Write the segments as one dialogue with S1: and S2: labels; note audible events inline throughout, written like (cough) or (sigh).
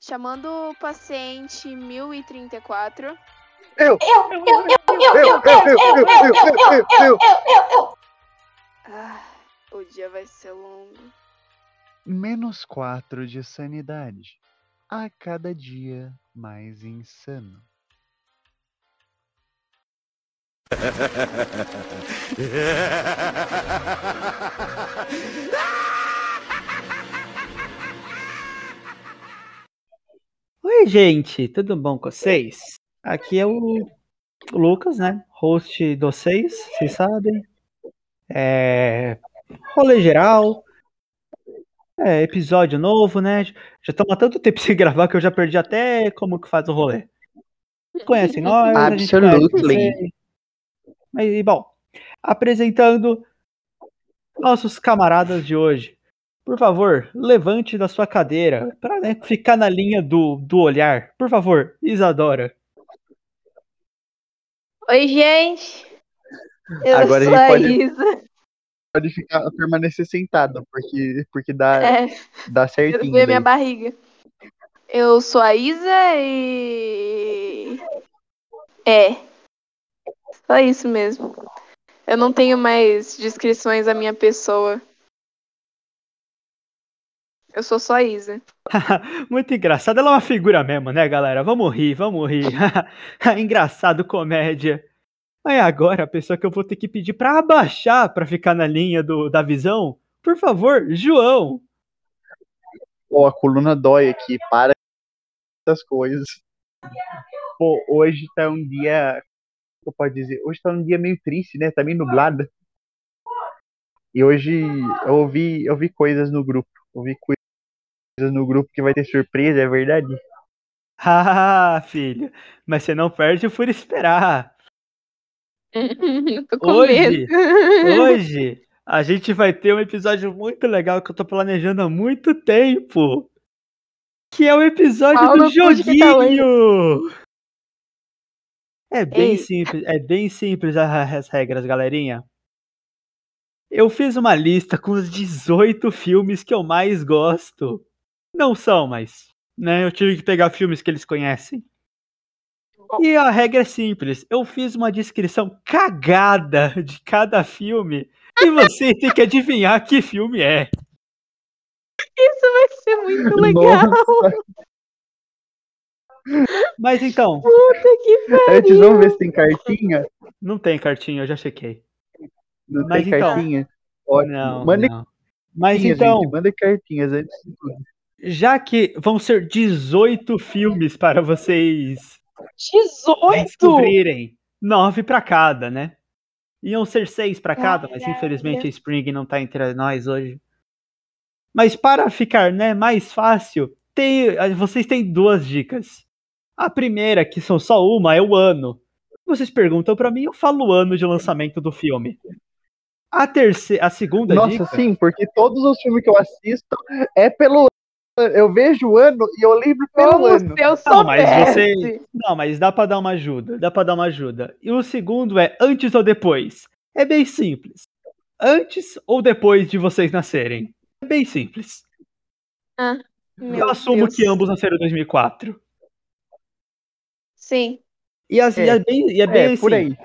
S1: Chamando o paciente 1034.
S2: Eu!
S3: Eu, eu, eu, eu, eu, eu, eu, eu, eu, eu, eu, eu.
S1: Ah, o dia vai ser longo.
S4: Menos 4 de sanidade. A cada dia mais insano.
S5: Oi, gente, tudo bom com vocês? Aqui é o Lucas, né? Host do vocês, vocês sabem. É... Rolê geral. É, episódio novo, né? Já estamos há tanto tempo (laughs) sem gravar que eu já perdi até como que faz o rolê. Conhecem nós? a gente conhece
S6: Absolutely.
S5: vocês. Mas, e, bom, apresentando nossos camaradas de hoje. Por favor, levante da sua cadeira para ficar na linha do, do olhar. Por favor, Isadora.
S3: Oi, gente. Eu
S4: Agora a
S3: sou
S4: gente
S3: a
S4: pode-
S3: Isa.
S4: Pode ficar, permanecer sentada, porque, porque dá,
S1: É,
S4: dá
S1: eu
S4: certinho.
S1: ver minha
S4: daí.
S1: barriga. Eu sou a Isa e. É. Só isso mesmo. Eu não tenho mais descrições da minha pessoa. Eu sou só a Isa. (laughs)
S5: Muito engraçado. Ela é uma figura mesmo, né, galera? Vamos rir, vamos rir. (laughs) engraçado, comédia. Mas agora, a pessoa que eu vou ter que pedir para abaixar para ficar na linha do, da visão, por favor, João. (laughs)
S4: Pô, a coluna dói aqui, para essas coisas. Pô, hoje tá um dia. Como eu posso dizer? Hoje tá um dia meio triste, né? Tá meio nublado. E hoje eu ouvi, eu ouvi coisas no grupo. Ouvi coisas no grupo que vai ter surpresa, é verdade?
S5: Ah, filho, mas você não perde por esperar.
S1: Tô com
S5: Hoje,
S1: medo. (laughs)
S5: hoje, a gente vai ter um episódio muito legal que eu tô planejando há muito tempo. Que é o episódio
S1: Paulo,
S5: do
S1: pude que tá hoje.
S5: joguinho. É bem
S1: Ei.
S5: simples, é bem simples a- as regras, galerinha. Eu fiz uma lista com os 18 filmes que eu mais gosto. Não são, mas, né, eu tive que pegar filmes que eles conhecem. E a regra é simples. Eu fiz uma descrição cagada de cada filme e você tem que adivinhar que filme é.
S1: Isso vai ser muito legal.
S5: Mas então,
S1: Puta que
S4: Antes, vamos ver se tem cartinha.
S5: não tem cartinha, eu já chequei.
S4: Não
S5: Mas
S4: tem
S5: então.
S4: cartinha. Ótimo.
S5: Não,
S4: Manda
S5: não. Mas
S4: cartinhas,
S5: então,
S4: gente, manda cartinhas antes de tudo.
S5: já que vão ser 18 filmes para vocês
S3: 18!
S5: descobrirem, nove para cada, né? Iam ser seis para cada, mas
S3: Caralho.
S5: infelizmente a Spring não tá entre nós hoje. Mas para ficar, né, mais fácil, tem, ah, vocês têm duas dicas. A primeira, que são só uma, é o ano. Vocês perguntam para mim, eu falo o ano de lançamento do filme. A terceira, a segunda
S4: Nossa,
S5: dica,
S4: sim, porque todos os filmes que eu assisto é pelo Eu vejo o ano e eu lembro pelo
S1: Como
S4: ano.
S1: se eu
S5: Não, mas você-
S1: soubesse.
S5: Não, mas dá pra dar uma ajuda, dá pra dar uma ajuda. E o segundo é antes ou depois. É bem simples. Antes ou depois de vocês nascerem. É bem simples.
S1: Meu
S5: Eu assumo
S1: Deus.
S5: que ambos nasceram em 2004.
S1: Sim.
S5: E, assim,
S4: É.
S5: é. bem, e é bem
S4: É,
S5: assim,
S4: por aí.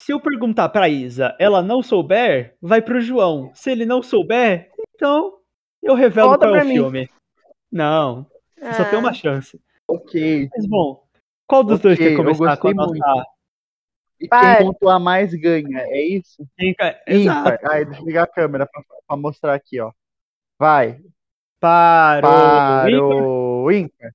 S5: Se eu perguntar pra Isa, ela não souber, vai pro João. Se ele não souber, então eu revelo
S1: Volta
S5: qual é
S1: pra
S5: o
S1: mim.
S5: filme. Não, você só tem
S1: Ah,
S5: uma chance.
S4: Ok.
S5: Mas bom, qual dos dois
S4: Ok,
S5: quer
S4: eu
S5: começar com a
S4: gostei muito.
S5: nossa...
S4: E
S1: Vai.
S4: quem pontuar mais ganha, é isso?
S5: Exato.
S4: Ímpar. Ai, deixa eu ligar a câmera pra, pra mostrar aqui, ó. Vai.
S5: Parou. Ímpar,
S4: Parou. Ímpar.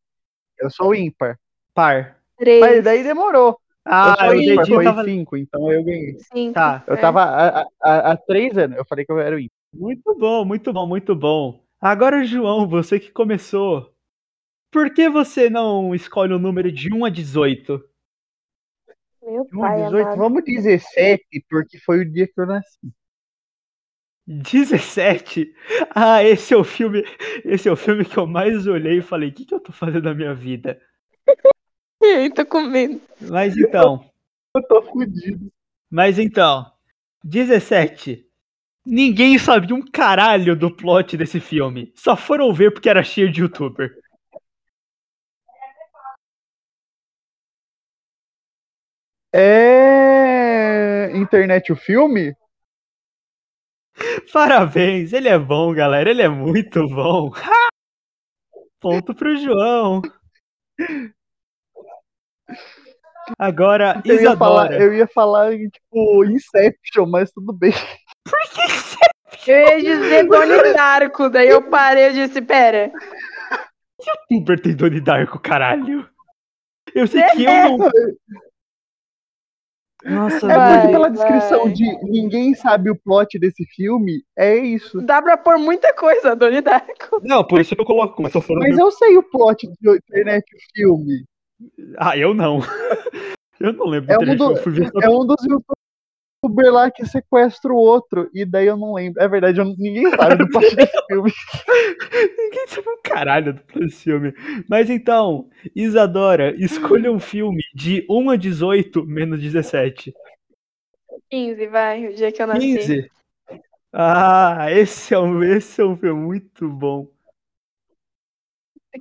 S4: Eu sou ímpar.
S5: Par.
S1: Ah, três,
S4: Mas daí demorou.
S5: Ah,
S4: eu
S5: o
S4: sou ímpar,
S5: dedinho
S4: foi
S5: tava...
S4: cinco, então eu ganhei.
S1: cinco.
S5: Tá.
S4: Eu
S1: É.
S4: tava há há- há- há três anos, eu falei que eu era o ímpar.
S5: Muito bom, muito bom, muito bom. Agora, João, você que começou. Por que você não escolhe o número de 1 a 18?
S3: Meu
S4: Um, 18, vamos 17, porque foi o dia que eu nasci.
S5: 17? Ah, esse é o filme, esse é o filme que eu mais olhei e falei, o que, que eu tô fazendo na minha vida?
S1: Ai, tô com medo.
S5: Mas então,
S4: Eu tô fudido.
S5: mas então, 17. Ninguém sabia um caralho do plot desse filme. Só foram ver porque era cheio de youtuber.
S4: É. Internet o filme?
S5: Parabéns, ele é bom, galera. Ele é muito
S4: (laughs)
S5: bom. Ponto pro João. Agora,
S4: Eu ia, falar,
S5: Isadora.
S4: eu ia falar, tipo, Inception, mas tudo bem.
S1: Eu ia dizer Donnie Darko, daí eu parei e disse, pera.
S5: Uber tem Doni Darko, caralho. Eu
S4: É.
S5: sei que eu não. Nossa,
S4: É
S1: Vai,
S4: porque pela
S1: vai.
S4: descrição de ninguém sabe o plot desse filme, é isso.
S1: Dá pra pôr muita coisa, Donnie Darko.
S5: Não, por isso eu coloco, mas eu for
S4: Mas eu sei o plot de internet filme.
S5: Ah, eu não. (laughs) Eu não lembro
S4: É um
S5: do trecho,
S4: do-
S5: eu fui ver só-
S4: É um dos youtubers lá que sequestra o outro. E daí eu não lembro. É verdade, eu não- ninguém sabe do plot desse filme.
S5: Ninguém sabe um caralho desse filme. Mas então, Isadora, escolha um filme de 1 a 18 menos 17.
S1: 15, vai, o dia que eu nasci.
S5: 15. Ah, esse é um, esse é um filme muito bom.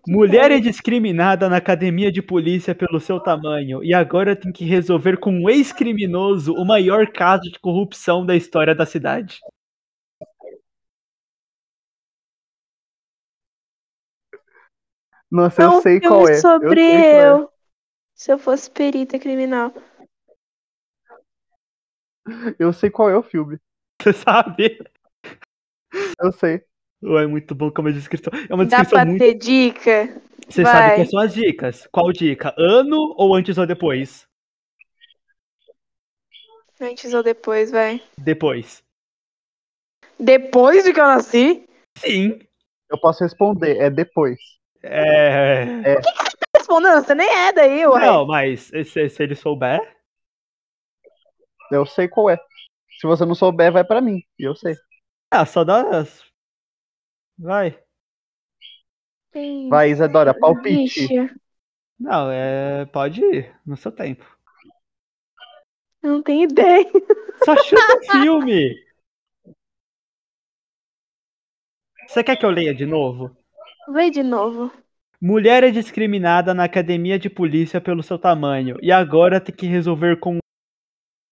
S5: Mulher é discriminada na academia de polícia pelo seu tamanho e agora tem que resolver com um ex-criminoso o maior caso de corrupção da história da cidade.
S4: (laughs)
S5: (laughs)
S4: Nossa, eu sei
S1: filme
S4: qual é.
S1: sobre
S4: eu. sei qual é.
S1: eu. Se eu fosse perita criminal.
S4: Eu sei qual é o filme.
S5: Você sabe?
S4: Eu sei.
S5: Ué, é muito bom como é a descrição. É uma
S1: Dá
S5: descrição
S1: pra
S5: muito.
S1: ter dica?
S5: Você
S1: Vai.
S5: sabe quais são as dicas? Qual dica? Ano ou antes ou depois?
S1: Antes ou depois, vai.
S5: Depois.
S1: Depois de que eu nasci?
S5: Sim.
S4: Eu posso responder, é depois.
S5: É.
S1: Respondendo, você nem é daí, ué.
S5: Não, mas se, se ele souber.
S4: Eu sei qual é. Se você não souber, vai pra mim. E eu sei.
S5: Ah, só dá. as- Vai.
S1: Sim.
S4: Vai, é Isadora, palpite.
S1: Ixi,
S5: Não, é. Pode ir, no seu tempo.
S1: eu não tenho ideia.
S5: Só chuta o filme! Você quer que eu leia de novo?
S1: Vê de novo.
S5: Mulher é discriminada na academia de polícia pelo seu tamanho e agora tem que resolver com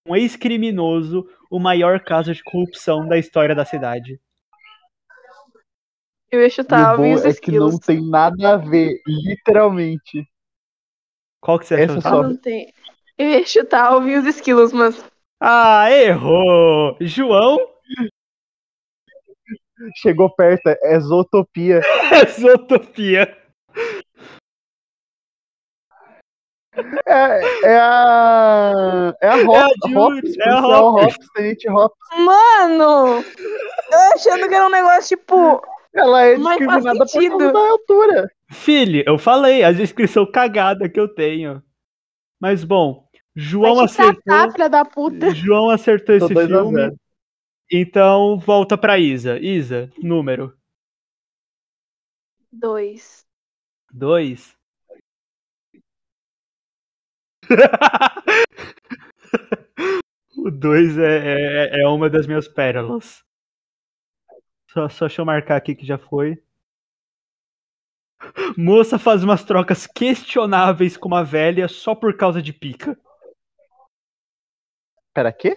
S5: um ex-criminoso o maior caso de corrupção da história da cidade.
S1: Eu ia
S4: E
S1: chutar
S4: o bom
S1: alguns
S4: é que
S1: esquilos.
S4: não tem nada a ver, literalmente.
S5: Qual que você achou?
S4: Essa
S5: Tá?
S4: só-
S1: Não tem. Eu ia chutar alvin e os esquilos, mas
S5: Ah, errou! João (laughs)
S4: Chegou perto, é Zootopia.
S5: é Zootopia.
S4: É, é a. É a Hop,
S5: Judy,
S4: Hops,
S5: é a
S4: policial Hops, Tenente Hops.
S1: Mano! Eu achando que era um negócio tipo.
S4: Ela é
S1: Mas faz
S4: discriminada por causa
S1: sentido.
S4: da altura.
S5: Filho, eu falei a descrição cagada que eu tenho. Mas bom, João
S1: vai chutar
S5: acertou.
S1: tá, filha da
S4: É.
S1: puta.
S5: João acertou
S4: Tô
S5: esse
S4: 2 a
S5: filme.
S4: 0.
S5: Então volta pra Isa. Isa, número
S1: Dois.
S5: 2. (laughs) o 2 é, é, é uma das minhas pérolas. Só, só deixa eu marcar aqui que já foi. Moça faz umas trocas questionáveis com uma velha só por causa de pica.
S4: Pera, quê?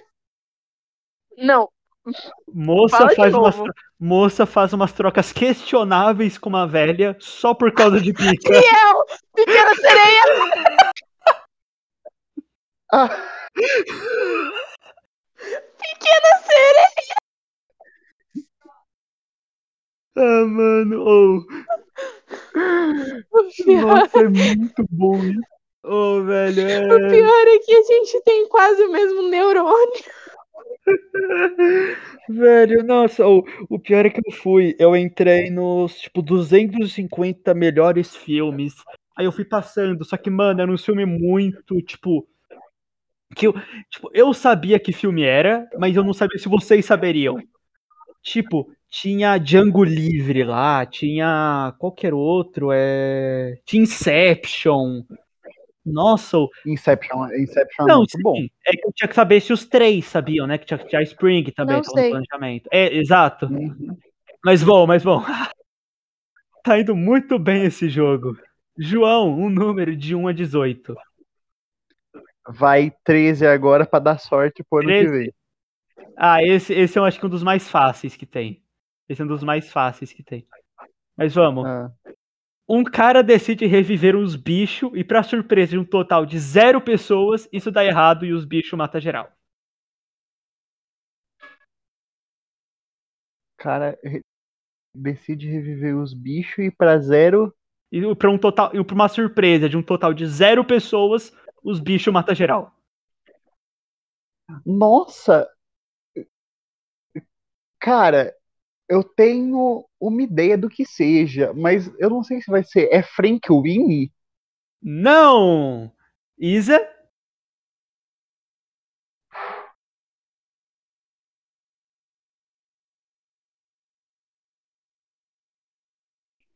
S1: Não.
S5: Moça
S1: Fala de
S5: faz umas
S1: novo.
S5: tro- moça faz umas trocas questionáveis com uma velha só por causa de
S1: É.
S5: pica.
S1: Eu! Pequena sereia!
S4: Ah,
S1: Pequena sereia!
S5: ah, mano, ou
S1: O pior,
S4: (laughs) nossa, é muito bom isso.
S5: oh, velho. é-
S1: o pior é que a gente tem quase o mesmo neurônio.
S5: Velho, nossa, o, o pior é que eu fui, eu entrei nos, tipo, 250 melhores filmes. Aí eu fui passando, só que, mano, era um filme muito, tipo, que eu, tipo, eu sabia que filme era, mas eu não sabia se vocês saberiam. Tipo, tinha Django Livre lá, tinha qualquer outro, é, tinha Inception. Nossa, o-
S4: Inception, Inception é
S5: não,
S4: muito
S5: sim.
S4: bom.
S5: É que eu tinha que saber se os três sabiam, né? Que tinha que tirar Spring também
S1: Não
S5: tava
S1: sei.
S5: no planejamento. É, exato.
S4: Uhum.
S5: Mas bom, mas bom. (laughs) tá indo um muito bem esse jogo. João, um número de 1 a 18.
S4: Vai 13 agora pra dar sorte pro ano que
S5: 13?
S4: vem.
S5: Ah, esse, esse eu acho que é um dos mais fáceis que tem. Esse é um dos mais fáceis que tem. Mas vamos.
S4: Ah,
S5: Um cara decide reviver uns bichos e, pra surpresa de um total de zero pessoas, isso dá errado e os bichos matam geral.
S4: cara re- decide reviver os bichos e pra zero.
S5: E o- pra, um total, e pra uma surpresa de um total de zero pessoas, os bichos matam geral.
S4: Nossa! Cara, eu tenho uma ideia do que seja, mas eu não sei se vai ser. É Frank Winnie?
S5: Não! Isa?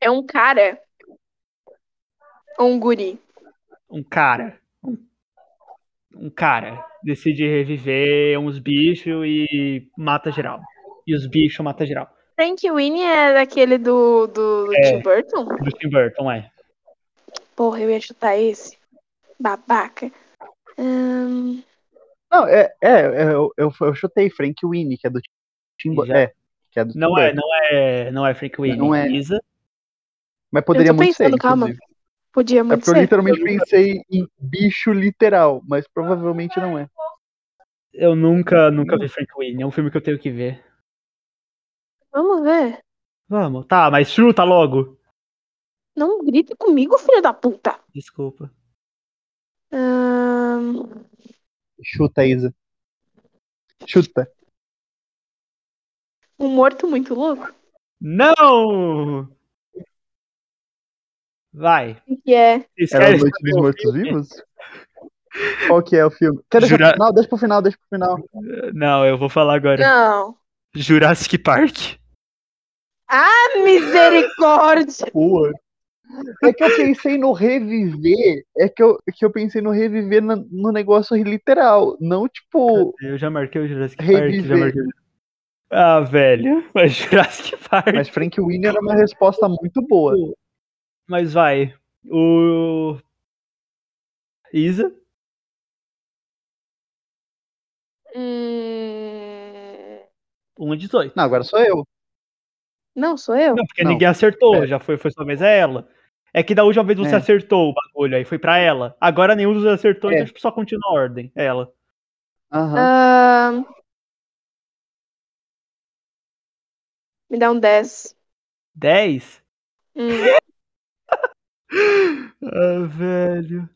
S1: É um cara. Ou um guri.
S5: um cara, um, um cara decide reviver uns bichos e mata geral. E os bichos mata geral.
S1: Frank Winnie é daquele do, do, do Tim Burton?
S5: Do Tim Burton, é.
S1: Porra, eu ia chutar esse. Babaca. Ahn,
S4: Não, é, é, é, eu, eu, eu chutei Frank Winnie, que é do Tim Burton.
S5: Já.
S4: É, que é do Tim
S5: Não é,
S4: Burton.
S5: não é, não é Frank Winnie.
S4: Não é.
S5: Isa,
S4: Mas poderia
S1: tô
S4: muito
S1: pensando,
S4: ser.
S1: calma.
S4: inclusive.
S1: podia
S4: É
S1: muito
S4: porque eu
S1: ser.
S4: literalmente pensei em bicho literal, mas provavelmente não é.
S5: eu nunca, nunca vi Frank Winnie. É um filme que eu tenho que ver.
S1: Vamos ver.
S5: Vamos, tá, mas chuta logo.
S1: Não grite comigo, filho da puta.
S5: Desculpa.
S1: Ahn,
S4: Chuta, Isa. Chuta.
S1: um morto muito louco?
S5: Não! Vai.
S1: O que é?
S5: Vocês
S4: Era a
S5: querem
S4: Noite
S5: saber
S4: dos
S5: o
S4: Mortos
S5: filme?
S4: Vivos? Qual que é o filme? Quer deixar
S5: Jura-
S4: pro final? Deixa pro final, deixa pro final.
S5: Não, eu vou falar agora.
S1: Não.
S5: Jurassic Park.
S1: Ah, misericórdia!
S4: Boa. É que eu pensei no reviver. É que eu, que eu pensei no reviver na- no negócio literal. Não tipo.
S5: Eu já marquei o Jurassic Park. Já
S4: Reviver.
S5: marquei... o- Ah, velho. (laughs) Mas Jurassic Park.
S4: Mas Frank Winnie era uma resposta muito boa.
S5: Mas vai. O. Isa?
S1: Hum,
S5: 1 a 18.
S4: Não, agora sou eu.
S1: Não, sou eu?
S5: Não, porque
S4: Não.
S5: ninguém acertou.
S4: É.
S5: Já foi, foi sua vez, é ela. É que da última vez você
S4: É.
S5: acertou o bagulho, aí foi pra ela. Agora nenhum dos acertou,
S4: É.
S5: então tipo, só continua a ordem. É ela.
S1: Ah.
S4: Aham.
S1: Ahn, Me dá um 10.
S5: 10?
S1: Hum,
S5: Ah, velho.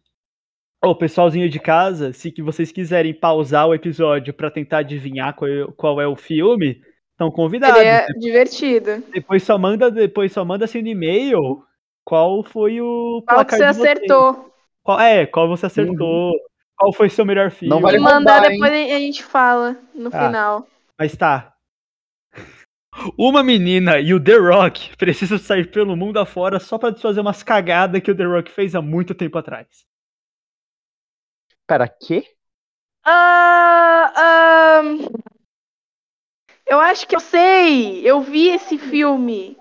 S5: Ô, pessoalzinho de casa, se que vocês quiserem pausar o episódio pra tentar adivinhar qual é, qual é o filme, estão convidados.
S1: seria divertido.
S5: Depois só manda, depois só manda assim no e-mail qual foi o
S1: Qual que
S5: placar
S1: você
S5: de vocês.
S1: acertou?
S5: Qual, é, qual você acertou? Qual foi seu melhor filme?
S4: Não vale
S1: E mandar,
S4: roubar, hein?
S1: depois a gente fala no
S5: Tá.
S1: final.
S5: Mas tá. Uma menina e o The Rock precisam sair pelo mundo afora só pra desfazer umas cagadas que o The Rock fez há muito tempo atrás.
S4: Pera, quê?
S1: Ah, ahn, Eu acho que eu sei. Eu vi esse filme.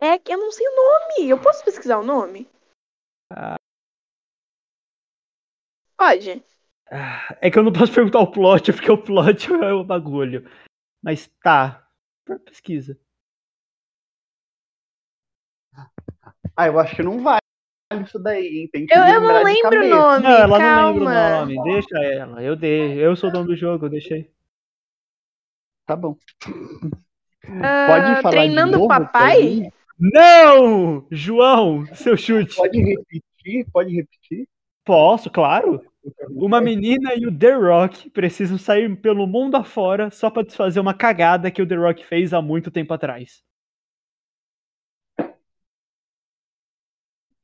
S1: É que eu não sei o nome. Eu posso pesquisar o nome? Pode.
S5: É que eu não posso perguntar o plot, (laughs) porque o plot é o bagulho. Mas tá. Pesquisa.
S4: Ah, eu acho que não vale isso daí, hein? Tem que
S1: Eu, eu
S4: lembrar
S1: não
S4: de
S1: lembro o
S4: cabeça.
S1: nome.
S5: Não, ela
S1: calma.
S5: não lembra o nome. Deixa ela. Eu dei. Eu sou o dono do jogo, eu deixei.
S4: Tá bom.
S1: Ah,
S4: Pode falar
S1: treinando
S4: de novo pra
S1: papai?
S4: mim?
S5: Não! João, seu chute.
S4: Pode repetir? Pode repetir?
S5: Posso, claro. Uma menina e o The Rock precisam sair pelo mundo afora só pra desfazer uma cagada que o The Rock fez há muito tempo atrás.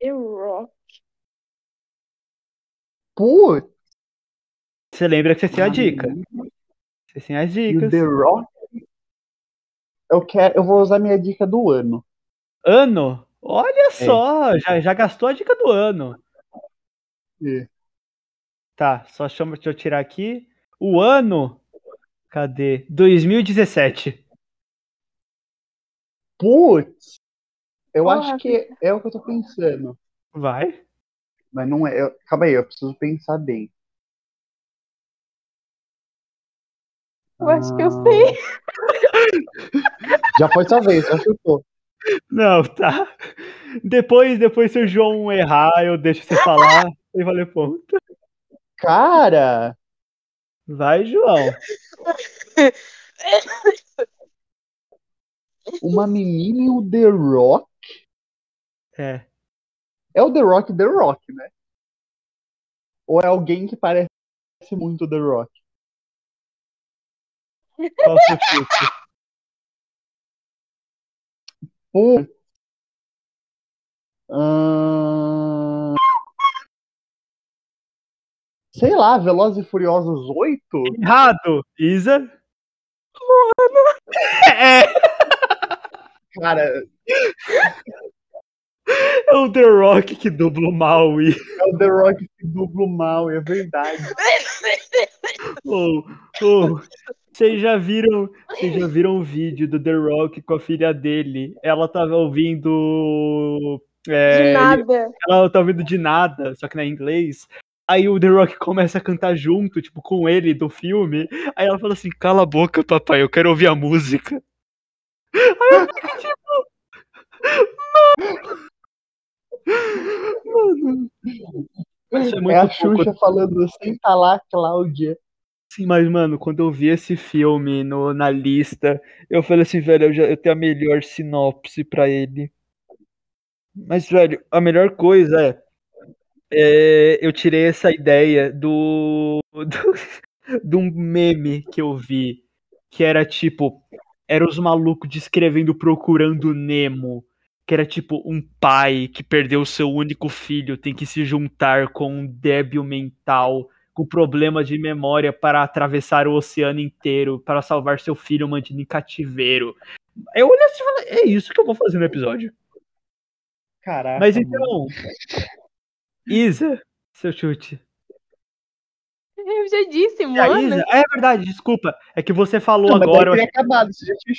S1: The Rock.
S4: Pô,
S5: Você lembra que você tem é a dica? Você tem as
S4: e o
S5: dicas.
S4: The Rock? Eu, quero, eu vou usar minha dica do ano.
S5: Ano? Olha só, já, já gastou a dica do ano.
S4: É.
S5: Tá, só chama, deixa eu tirar aqui. O ano. Cadê? 2017.
S4: Putz! Eu
S1: Porra,
S4: acho que é o que eu tô pensando.
S5: Vai.
S4: Mas não é. eu- calma aí, eu preciso pensar bem.
S1: Eu acho que eu
S4: Ah,
S1: sei.
S4: Já foi sua vez, já chutou.
S5: Não, tá. Depois, depois, se o João errar, eu deixo você falar e valer ponto.
S4: Cara!
S5: Vai, João.
S4: Uma menina e o The Rock.
S5: É.
S4: É o The Rock The Rock, né? Ou é alguém que parece muito The Rock?
S5: Qual o seu chute?
S4: Pô. Ahn. Sei lá, Velozes e Furiosos 8?
S5: Errado, Isa. É,
S4: Cara,
S5: é o The Rock que dubla o Maui.
S4: é o The Rock que dubla o mal, é verdade.
S5: Ou, ou, Vocês já viram, vocês já viram um vídeo do The Rock com a filha dele? Ela tava ouvindo
S1: De
S5: é,
S1: nada.
S5: ela tá ouvindo de nada, só que na inglês. Aí o The Rock começa a cantar junto, tipo, com ele do filme. Aí ela fala assim: cala a boca, papai, eu quero ouvir a música. tipo, Aí eu fico tipo. Mano! Mano. Isso é muito
S4: é a
S5: pouco
S4: Xuxa falando, senta lá, Cláudia.
S5: Sim, mas, mano, quando eu vi esse filme no, na lista, eu falei assim, velho, eu, já, eu tenho a melhor sinopse pra ele. Mas, velho, a melhor coisa é, é, eu tirei essa ideia do, (laughs) do de um meme que eu vi, que era tipo, eram os malucos descrevendo Procurando Nemo, que era tipo um pai que perdeu seu único filho, tem que se juntar com um débil mental com problema de memória para atravessar o oceano inteiro para salvar seu filho mantido em cativeiro. Eu olhei assim e falei, é isso que eu vou fazer no episódio.
S4: Caraca.
S5: Mas
S4: mano.
S5: então, Isa, seu chute.
S1: Eu já disse,
S5: É, a
S1: mano.
S5: Isa, é verdade, desculpa. É que você falou
S4: Não, mas daí
S1: é
S5: agora. eu
S4: teria acabado, você já tinha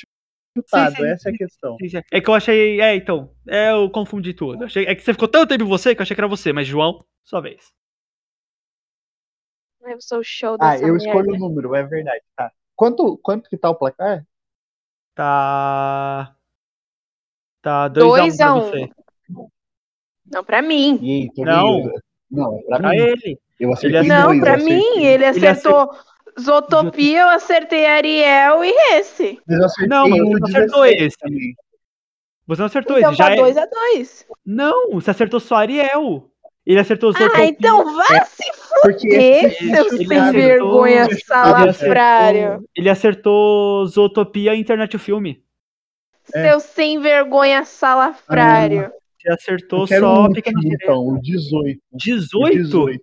S4: chutado,
S5: Sim, sim,
S4: essa é a questão.
S5: achei- É que eu achei. É, então. É, eu confundi tudo. Achei- É que você ficou tanto tempo em você que eu achei que era você, mas João, sua vez.
S1: Eu sou o show
S4: Ah,
S1: dessa
S4: eu
S1: merda.
S4: escolho o número, é verdade, tá. Quanto, quanto que tá o placar?
S5: Tá. Tá 2x1
S1: Dois
S5: pra
S1: a um.
S5: você.
S1: Não, pra mim.
S4: Ih, tô
S5: Não.
S4: beleza. Não, é pra
S5: Pra
S4: mim.
S5: ele.
S4: Eu acertei
S5: Ele
S4: dois,
S1: Não,
S4: eu
S1: pra
S4: acertei.
S1: mim, ele acertou Zootopia, eu acertei Ariel e esse.
S4: Mas eu acertei
S5: Não, mas
S4: o
S5: você não acertou
S4: 16
S5: esse.
S4: também.
S5: Você não acertou
S1: Então
S5: esse. Já
S1: tá
S5: é-
S1: 2 a 2
S5: Não, você acertou só Ariel. Ele acertou o seu
S1: Ah, então vá se
S4: Porque esse
S1: fuder,
S4: filme
S1: seu
S4: ele
S1: sem
S4: abre-
S5: ver-
S1: vergonha
S4: acertou-
S1: salafrário.
S5: Ele acertou Zootopia e Internet o Filme.
S4: é.
S1: Seu sem vergonha salafrário.
S5: Você acertou
S4: Eu quero
S5: só
S4: o
S5: Pequena
S4: último,
S5: Sereia.
S4: então, o 18.
S5: 18?
S4: 18.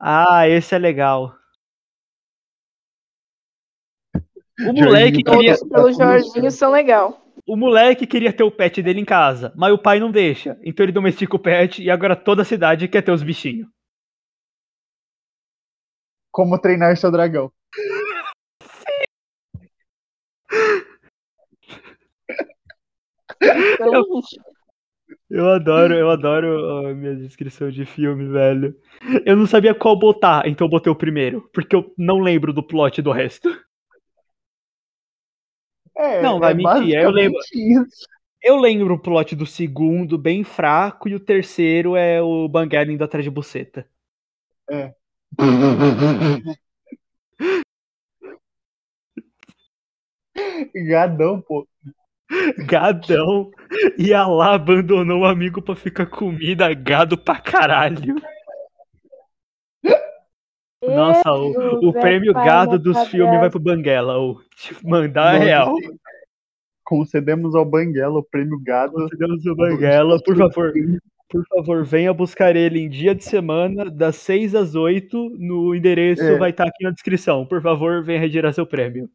S5: Ah, esse é legal. O moleque,
S4: Jorginho tá
S5: queria,
S1: Todos pelo
S4: tá tudo
S1: Jorginho são legal.
S5: o moleque queria ter o pet dele em casa, mas o pai não deixa. Então ele domestica o pet e agora toda a cidade quer ter os bichinhos.
S4: Como treinar seu dragão.
S1: Então,
S5: Eu adoro, eu adoro a minha descrição de filme, velho. Eu não sabia qual botar, então eu botei o primeiro, porque eu não lembro do plot do resto.
S4: É,
S5: Não, vai
S4: é
S5: mentir, eu lembro.
S4: basicamente Isso. (laughs)
S5: Eu lembro o plot do segundo, bem fraco, e o terceiro é o Banguela indo atrás de buceta. (laughs)
S4: Gadão, pô.
S5: Gadão ia lá, abandonou o amigo pra ficar comida, gado pra caralho. Nossa, o, o
S1: Deus é
S5: prêmio
S1: pai
S5: gado
S1: na
S5: dos
S1: cabeça.
S5: filmes vai pro Banguela, ou te mandar
S4: Nossa,
S5: real.
S4: Concedemos ao Banguela o prêmio Gado.
S5: Deus o Banguela, por favor, por favor, venha buscar ele em dia de semana, das 6 às 8, no endereço
S4: É.
S5: vai estar aqui na descrição. Por favor, venha retirar seu prêmio.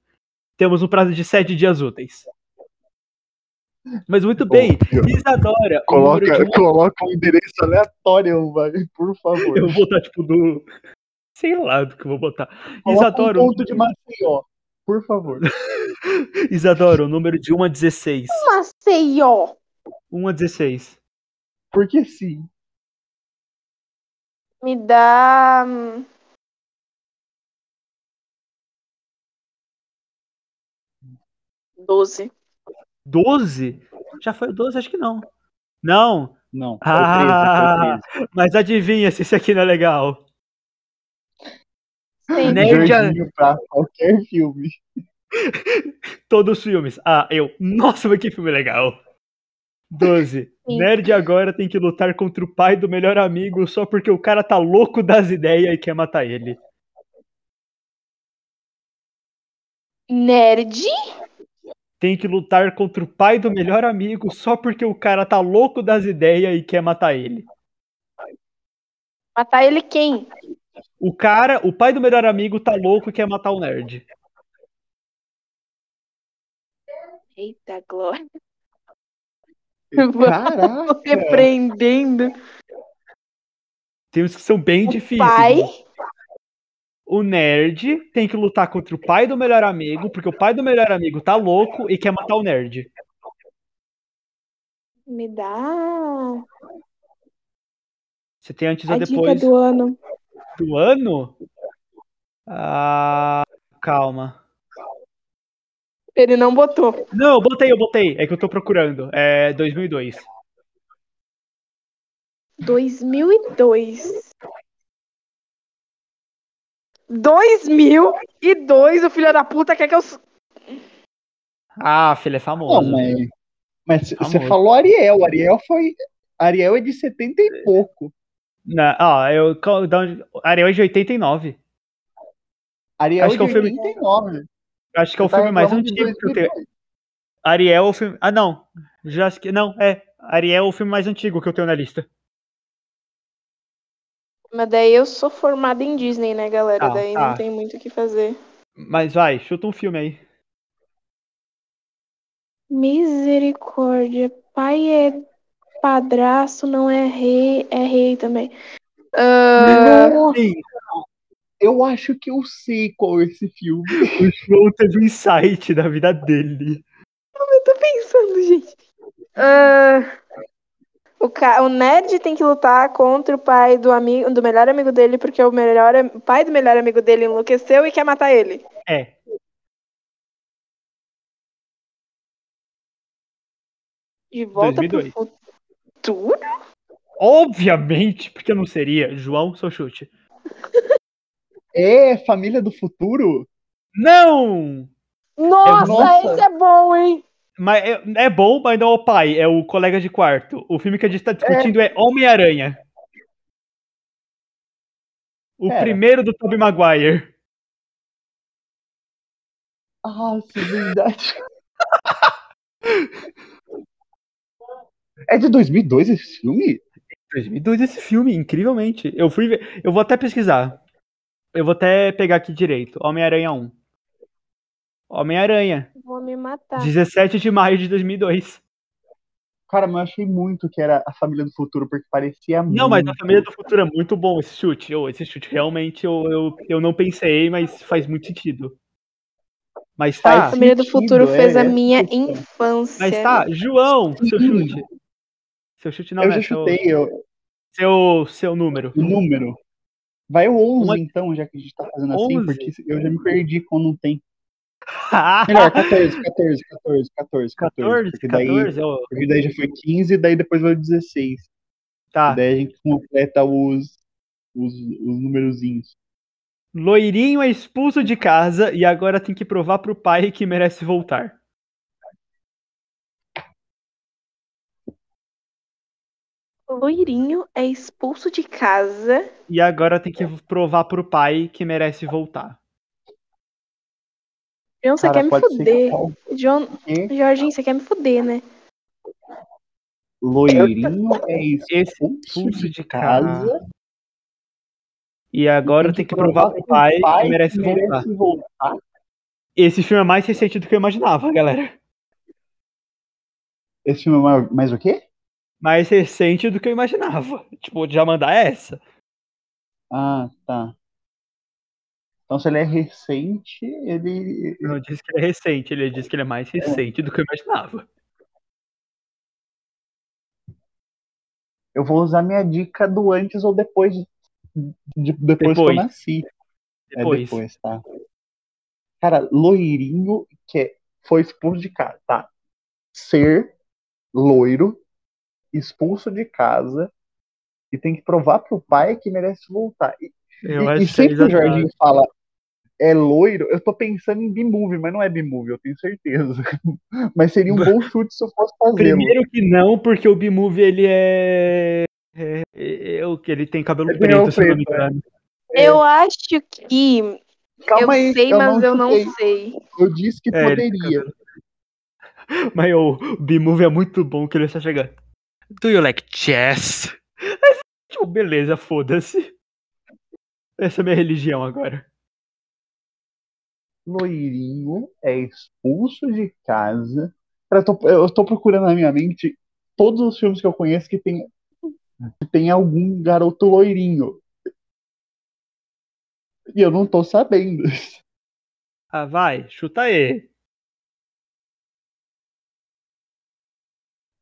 S5: Temos um prazo de 7 dias úteis. Mas muito bem, Isadora, o número
S4: Coloca,
S5: de um-
S4: coloca um endereço aleatório, vai, por favor.
S5: eu vou botar tipo do sei lá do que eu vou botar.
S4: Coloca
S5: Isadora,
S4: um
S5: o
S4: ponto de Maceió, por favor.
S5: Isadora, o número de 1 a 16.
S1: assim, Maceió.
S5: 1 a 16.
S4: Porque sim.
S1: Me dá. hum, Doze.
S5: 12? Já foi o 12? Acho que não. Não,
S4: Não, foi
S5: Ah!
S4: 13,
S5: mas adivinha se isso aqui não é legal.
S1: Sim.
S5: (laughs) Né?
S4: foi 13.
S5: eu já-
S4: Jorginho pra qualquer
S5: (laughs)
S4: filme.
S5: Todos os filmes. Ah, eu. Nossa, mas que filme legal. 12.
S1: (laughs) Sim.
S5: Nerd agora tem que lutar contra o pai do melhor amigo só porque o cara tá louco das ideias e quer matar ele.
S1: Nerd?
S5: Tem que lutar contra o pai do melhor amigo só porque o cara tá louco das ideias e quer matar ele.
S1: Matar ele quem?
S5: O cara, o pai do melhor amigo tá louco e quer matar o nerd.
S1: Eita, Glória.
S4: Caraca!
S1: (laughs) Repreendendo.
S5: é Tem uns que são bem
S1: O
S5: difíceis.
S1: pai?
S5: né? O nerd tem que lutar contra o pai do melhor amigo, porque o pai do melhor amigo tá louco e quer matar o nerd.
S1: Me dá.
S5: Você tem antes
S1: a
S5: ou
S1: dica
S5: é depois do...
S1: do ano.
S5: ano? Ah, calma.
S1: Ele não botou.
S5: Não, eu botei, eu botei. É que eu tô procurando. É 2002.
S1: 2002. 2002, o filho da puta quer que eu. s-
S5: Ah, filho, é
S4: Não,
S5: famoso.
S4: mas, mas c- você
S5: Famoso.
S4: falou Ariel. Ariel foi. Ariel é de 70 e pouco.
S5: Na- ah, eu. cal- da onde- Ariel é de 89.
S4: Ariel
S5: Acho
S4: é
S5: que é
S4: de
S5: o filme-
S4: 89.
S5: Eu Acho que é o
S4: Tá
S5: filme mais
S4: reclamando de
S5: antigo que eu tenho.
S4: 2002.
S5: Ariel é o filme. Ah, não. Jurassic. Não, é. Ariel é o filme mais antigo que eu tenho na lista.
S1: Mas daí eu sou formada em Disney, né, galera?
S5: Tá,
S1: daí
S5: tá.
S1: não tem muito o que fazer.
S5: Mas vai, chuta um filme aí.
S1: Misericórdia. Pai é padrasto, não é rei. É rei também. Ah,
S4: Nossa,
S5: Sim,
S4: eu acho que eu sei qual é esse filme.
S5: o João teve um insight da vida dele.
S1: tô pensando, gente. Ah, o, ca... o nerd tem que lutar contra o pai do amigo, do melhor amigo dele, porque o melhor am- o pai do melhor amigo dele enlouqueceu e quer matar ele.
S5: É.
S1: De volta
S5: 2002.
S1: pro futuro?
S5: Obviamente, porque não seria. João, seu chute.
S4: É Família do Futuro?
S5: Não!
S1: Nossa,
S4: nossa.
S1: esse é bom, hein?
S5: Mas é, é bom, mas não é o pai, é o colega de quarto. O filme que a gente tá discutindo é, Homem-Aranha. O
S4: Pera.
S5: primeiro do Tobey Maguire.
S4: Ah, sim, verdade. (laughs) é de 2002 esse filme?
S5: 2002 esse filme, incrivelmente. Eu fui ver, eu vou até pesquisar. Eu vou até pegar aqui direito. Homem-Aranha 1. Homem-Aranha,
S1: Vou me matar.
S5: 17 de maio de 2002.
S4: Cara, mas eu achei muito que era a Família do Futuro, porque parecia
S5: Não, mas
S4: muito.
S5: a Família do Futuro é muito bom esse chute. Eu- esse chute realmente eu, eu, eu não pensei, mas faz muito sentido. Mas tá,
S1: A família do
S4: sentido,
S1: futuro
S4: é,
S1: fez a
S4: é,
S1: minha
S4: isso.
S1: infância.
S5: mas tá, João, seu chute. Seu chute não,
S4: Eu
S5: né?
S4: já
S5: Seu,
S4: chutei eu-
S5: seu, seu (laughs) número.
S4: o número. Vai o 11,
S5: Uma-
S4: então, já que a gente tá fazendo assim,
S5: 11?
S4: porque eu já me perdi quando não tem.
S5: Ah,
S4: Melhor, 14, 14, 14, 14, 14.
S5: 14,
S4: porque, daí,
S5: 14? ó,
S4: porque daí já foi 15, daí depois vai o 16.
S5: tá.
S4: Daí a gente completa os, os, os numerozinhos.
S5: Loirinho é expulso de casa e agora tem que provar pro pai que merece voltar.
S1: Loirinho é expulso de casa.
S5: E agora tem que provar pro pai que merece voltar.
S1: John, você
S4: Cara,
S1: quer me
S4: pode ser
S1: fuder.
S4: qualquer
S1: John, Jorginho, você quer me fuder, né?
S4: Loirinho é
S5: Esse
S4: expulso de
S5: casa.
S4: casa.
S5: E agora tem que provar pro pai que merece voltar.
S4: merece voltar.
S5: Esse filme é mais recente do que eu imaginava, galera.
S4: Esse filme é mais, mais o quê?
S5: Mais recente do que eu imaginava. Tipo, já mandar essa.
S4: Ah, tá. Então, se ele é recente, ele.
S5: Eu não disse que ele é recente, ele disse que ele é mais recente do que eu imaginava.
S4: Eu vou usar minha dica do antes ou depois de- depois, que eu
S5: Depois.
S4: nasci. É
S5: Depois.
S4: depois, tá? Cara, loirinho que é- foi expulso de casa, tá? Ser loiro, expulso de casa e tem que provar pro pai que merece voltar. E,
S5: Eu
S4: e-
S5: acho
S4: e
S5: que é
S4: sempre que o
S5: exatamente-
S4: Jorginho fala é loiro, eu tô pensando em B-movie, mas não é B-movie, eu tenho certeza. (laughs) Mas seria um bom chute se eu
S5: (laughs)
S4: fosse fazê-lo.
S5: Primeiro que não, porque o B-Movie ele é. é- é- é o que? Ele tem cabelo
S4: Ele tem
S5: preto,
S4: cabelo
S5: se eu não me
S4: preto, é.
S5: engano.
S4: É.
S1: Eu acho que. eu
S4: Calma aí,
S1: sei,
S4: eu
S1: mas
S4: não
S1: eu não
S4: chutei.
S1: sei.
S4: Eu disse que
S5: É, ele tem
S4: poderia.
S5: cabelo- Mas o B-Movie é muito bom que ele está chegando. Do you like chess? Aí, tipo, beleza, foda-se. Essa é minha religião agora.
S4: loirinho é expulso de casa. Cara, eu, tô, eu tô procurando na minha mente todos os filmes que eu conheço que tem, que tem algum garoto loirinho. E eu não tô sabendo.
S5: Ah, vai, chuta aí.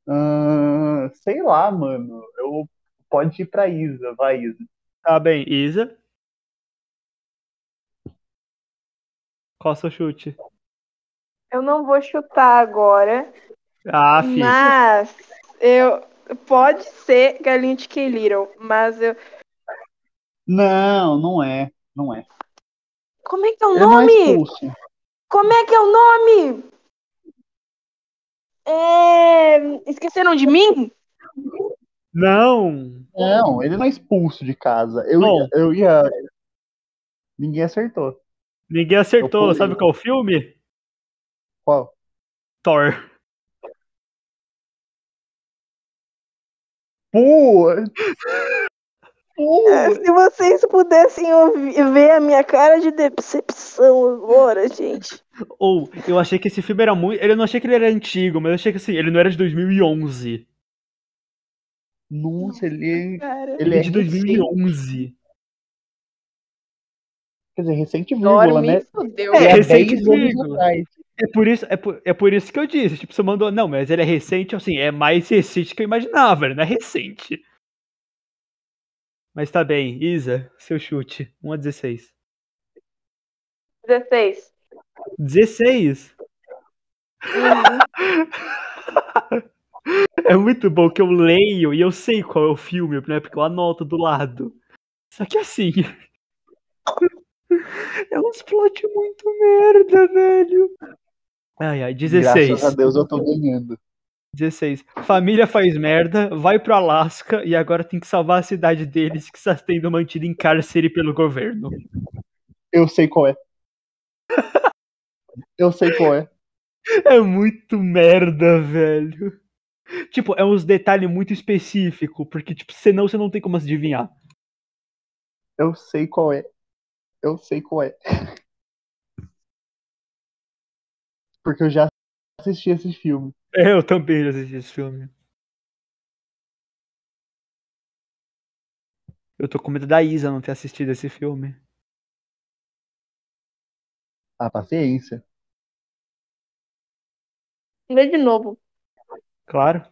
S4: Ah, sei lá, mano. Eu, pode ir pra Isa, vai, Isa.
S5: Tá bem, Isa. Qual seu chute?
S1: Eu não vou chutar agora.
S5: Ah, fi.
S1: Mas eu. Pode ser Galinha de K. Little, mas eu.
S4: Não, não é. Não é.
S1: Como é que é o
S4: Ele não é
S1: nome?
S4: expulso.
S1: Como é que é o nome? É... Esqueceram de mim?
S5: Não!
S4: Não, ele não é expulso de casa. Eu,
S5: Bom.
S4: ia, eu ia. Ninguém acertou.
S5: Ninguém acertou.
S4: pulei.
S5: Sabe qual filme?
S4: Qual?
S5: Thor.
S4: Pô! Pô!
S1: É, Se vocês pudessem ouvir- ver a minha cara de decepção agora, gente.
S5: Ou, eu achei que esse filme era muito. Eu não achei que ele era antigo, mas eu achei que assim, ele não era de 2011.
S4: Nossa, ele é,
S1: Cara.
S4: ele é
S5: de
S4: recente.
S5: 2011.
S4: Quer dizer, recente vírgula,
S1: Dorme,
S4: né?
S1: fudeu.
S4: Ele
S5: É,
S4: é
S5: recente
S4: 10 anos
S5: vírgula.
S4: atrás.
S5: É por, isso, é, por, é por isso que eu disse. Tipo, você mandou. Não, mas ele é recente, assim, é mais recente que eu imaginava. Ele não é recente. Mas tá bem, Isa, seu chute. 1 a 16.
S4: É.
S1: 16.
S5: 16? (laughs) É muito bom que eu leio e eu sei qual é o filme, né? Porque eu anoto do lado. Só que assim. (laughs) é uns plot muito merda, velho. Ai, ai, 16.
S4: Graças a Deus eu tô ganhando.
S5: 16. Família faz merda, vai pro Alasca e agora tem que salvar a cidade deles que está sendo mantida em cárcere pelo governo.
S4: Eu sei qual é. Eu sei qual é.
S5: É muito merda, velho. Tipo, é uns detalhes muito específicos, porque, tipo, senão você não tem como adivinhar.
S4: Eu sei qual é. Eu sei qual é. Porque eu já assisti esse filme.
S5: É, eu também já assisti esse filme. Eu tô com medo da Isa não ter assistido esse filme.
S4: A paciência.
S1: Vê de novo.
S5: Claro.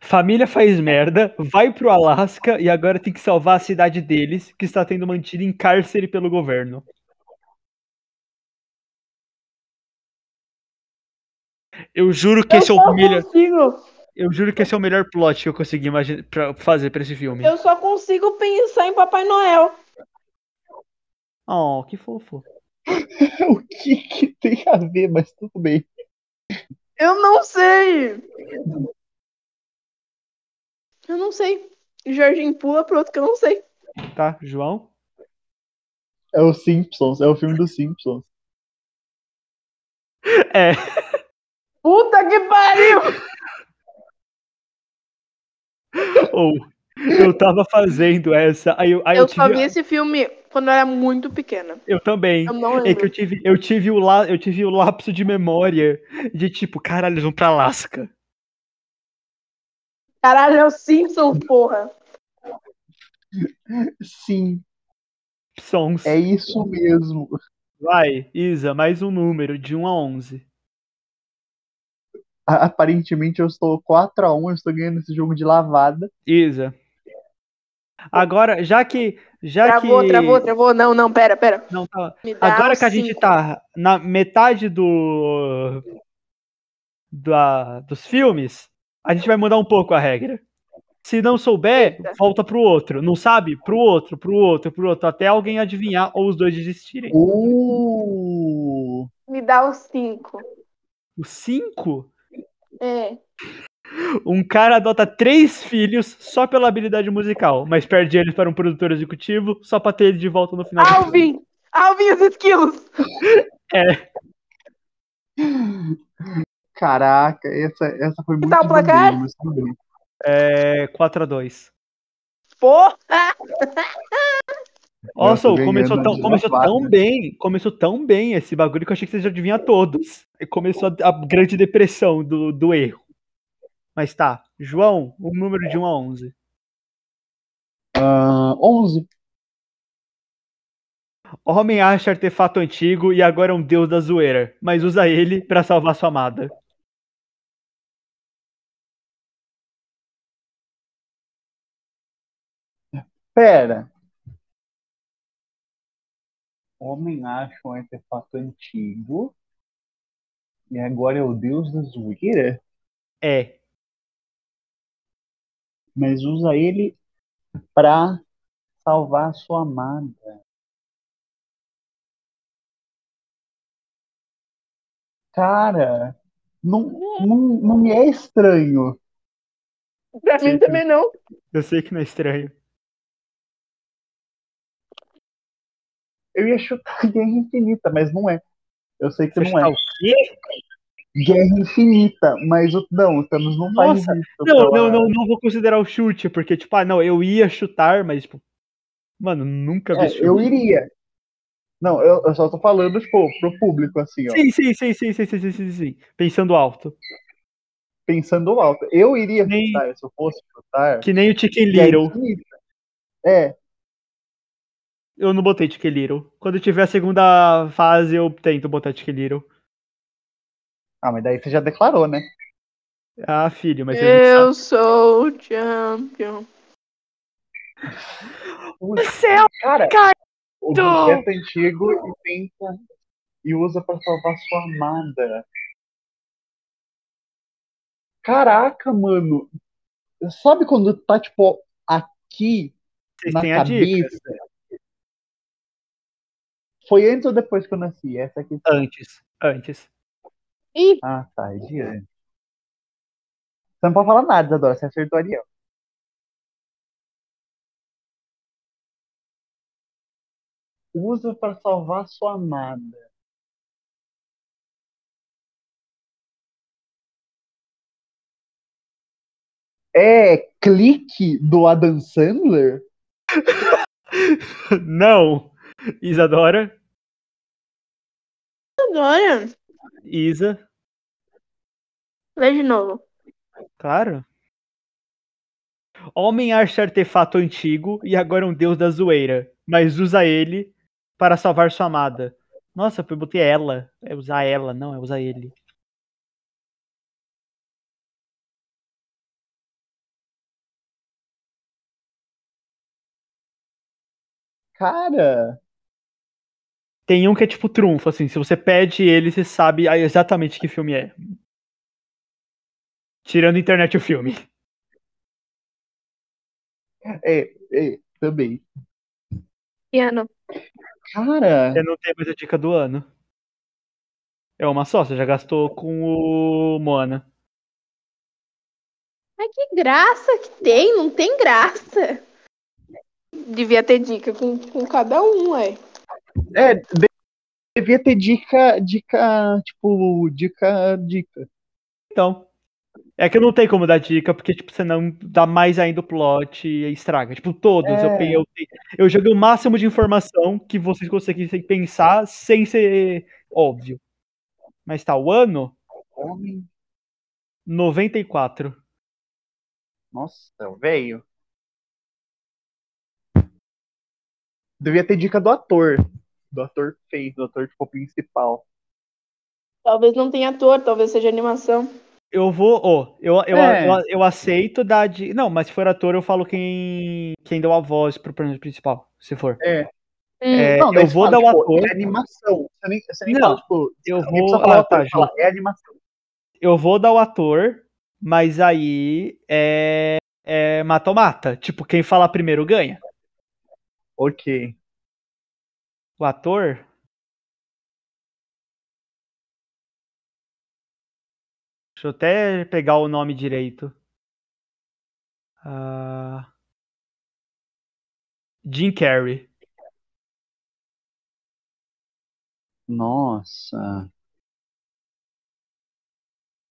S5: Família faz merda, vai pro Alasca e agora tem que salvar a cidade deles, que está tendo mantida em cárcere pelo governo. Eu juro que esse é
S1: eu
S5: o
S1: só
S5: melhor,
S1: consigo.
S5: eu juro que esse é o melhor plot que eu consegui imagin- pra fazer pra esse filme.
S1: Eu só consigo pensar em Papai Noel.
S5: Oh, que fofo.
S4: (laughs) O que que tem a ver, mas tudo bem.
S1: Eu não sei. Eu não sei. Jorginho pula pro outro que eu não sei.
S5: Tá, João?
S4: É o Simpsons. É o filme dos Simpsons.
S5: É.
S1: Puta que pariu!
S5: Ou eu tava fazendo essa, aí eu, aí eu,
S1: Eu só vi
S5: tive.
S1: esse filme quando eu era muito pequena.
S5: Eu também.
S1: Eu não
S5: É que
S1: lembro.
S5: eu tive, eu tive o la, eu tive o lapso de memória de tipo, caralho, eles vão pra Alasca.
S1: Caralho, é o Simpson, porra.
S4: Sim,
S5: Sons.
S4: é isso mesmo.
S5: Vai, Isa, mais um número, de 1 a 11.
S4: A- um, Aparentemente eu estou 4x1, eu estou ganhando esse jogo de lavada.
S5: Isa. Agora, já que. Já
S1: Travou,
S5: que...
S1: travou, travou. Não, não, pera, pera.
S5: Não, tá-
S1: Me dá
S5: Agora
S1: uns
S5: que a gente
S1: cinco.
S5: tá na metade do. da- dos filmes, a gente vai mudar um pouco a regra. Se não souber,
S1: Eita.
S5: volta pro outro. Não sabe? Pro outro, pro outro, pro outro. Até alguém adivinhar ou os dois desistirem.
S4: Uh,
S1: Me dá os cinco.
S5: O cinco,
S1: É.
S5: um cara adota três filhos só pela habilidade musical, mas perde eles para um produtor executivo só pra ter ele de volta no final. do filme.
S1: Alvin! Alvin, os esquilos!
S4: caraca, essa, essa foi muito
S1: tá o placar?
S4: bandeira, mas tudo bem.
S5: É 4x2.
S1: Porra!
S5: Nossa,
S4: Nossa,
S5: começou,
S4: ganhando
S5: tão,
S4: de né?
S5: começou
S4: lavada.
S5: tão bem, começou tão bem esse bagulho que eu achei que vocês já adivinham todos. E começou a, a grande depressão do, do erro. Mas tá, João, o número de 1 a 11.
S4: Ah, 11.
S5: Homem acha artefato antigo e agora é um deus da zoeira, mas usa ele pra salvar sua amada.
S4: Pera. Homem acha um artefato antigo. E agora é o deus da zoeira?
S5: É,
S4: Mas usa ele pra salvar sua amada. Cara, não, não, não me é estranho.
S1: Pra mim também não.
S5: eu sei que não é estranho.
S4: Eu ia chutar (laughs) Guerra Infinita, mas não é. Eu sei que
S5: Você
S4: não é.
S5: chutar o quê?
S4: Guerra Infinita, mas o, não, o Thanos não faz
S5: Nossa,
S4: isso.
S5: Não,
S4: pra-
S5: não, não, não vou considerar o chute, porque, tipo, ah, não, eu ia chutar, mas, tipo, mano, nunca vi
S4: É,
S5: esse filme.
S4: eu iria. Não, eu, eu só tô falando, tipo, pro público, assim, ó.
S5: Sim, sim, sim, sim, sim, sim, sim, sim, sim. Pensando alto.
S4: Pensando alto. Eu iria
S5: Nem-
S4: chutar, se eu fosse chutar.
S5: Que nem o Chicken
S4: Guerra
S5: Little.
S4: Infinita. É,
S5: Eu não botei Chicken Little. Quando tiver a segunda fase, eu tento botar Chicken Little.
S4: ah, mas daí você já declarou, né?
S5: Ah, filho, mas vocês não
S1: Eu sou o champion.
S4: Putz,
S5: Céu,
S4: cara,
S5: é um cara,
S4: o objeto antigo e tenta e usa pra salvar sua amada. Caraca, mano. Sabe quando tá, tipo, aqui
S5: vocês
S4: na
S5: têm a dica.
S4: cabeça? assim. Foi antes ou depois que eu nasci? Essa aqui.
S5: Antes, antes. (laughs)
S1: Ih,
S4: Ah, tá, é de antes. Você não pode falar nada, Isadora. Você acertou Ariel. Usa pra salvar sua amada. É clique do Adam Sandler?
S5: Não. Isadora,
S1: agora.
S5: Isa,
S1: Lê de novo.
S5: claro. Homem acha artefato antigo e agora é um deus da zoeira, mas usa ele para salvar sua amada. Nossa, eu botei ela. É usar ela, não, é usar ele.
S4: Cara.
S5: Tem um que é tipo trunfo, assim, se você pede ele, você sabe a- exatamente que filme é. Tirando internet o filme.
S4: É, é, também.
S1: Piano.
S4: Cara,
S5: Você não tem mais a dica do ano. É uma só, você já gastou com o Moana.
S1: Ai, que graça que tem. Não tem graça. Devia ter dica com, com cada um, ué.
S4: é, de- devia ter dica, dica, tipo, dica, dica.
S5: Então. É que eu não tenho como dar dica, porque, tipo, você não dá mais ainda o plot e estraga. Tipo, todos. Eu,
S4: É.
S5: peguei, eu, eu joguei o máximo de informação que vocês conseguissem pensar sem ser óbvio. Mas tá, o ano
S4: Homem,
S5: 94.
S4: nossa, velho. Devia ter dica do ator, do ator que fez, do ator, tipo, principal.
S1: Talvez não tenha ator, talvez seja animação.
S5: Eu vou, ó, eu, eu,
S4: É.
S5: eu, eu aceito dar de. Não, mas se for ator, eu falo quem, quem deu a voz pro personagem principal, se for. É,
S4: Hum, Não, daí
S5: eu
S4: você
S5: vou
S4: fala,
S5: dar o
S4: tipo,
S5: ator.
S4: É animação. Você nem, você nem
S5: Não,
S4: fala, tipo,
S5: eu
S4: você nem
S5: vou-
S4: precisa falar
S5: ah,
S4: ator,
S5: tá,
S4: você fala, é animação.
S5: Eu vou dar o ator, mas aí é. É mata ou mata. Tipo, quem falar primeiro ganha.
S4: Ok.
S5: O ator. Deixa eu até pegar o nome direito. Ah, Jim Carrey.
S4: Nossa.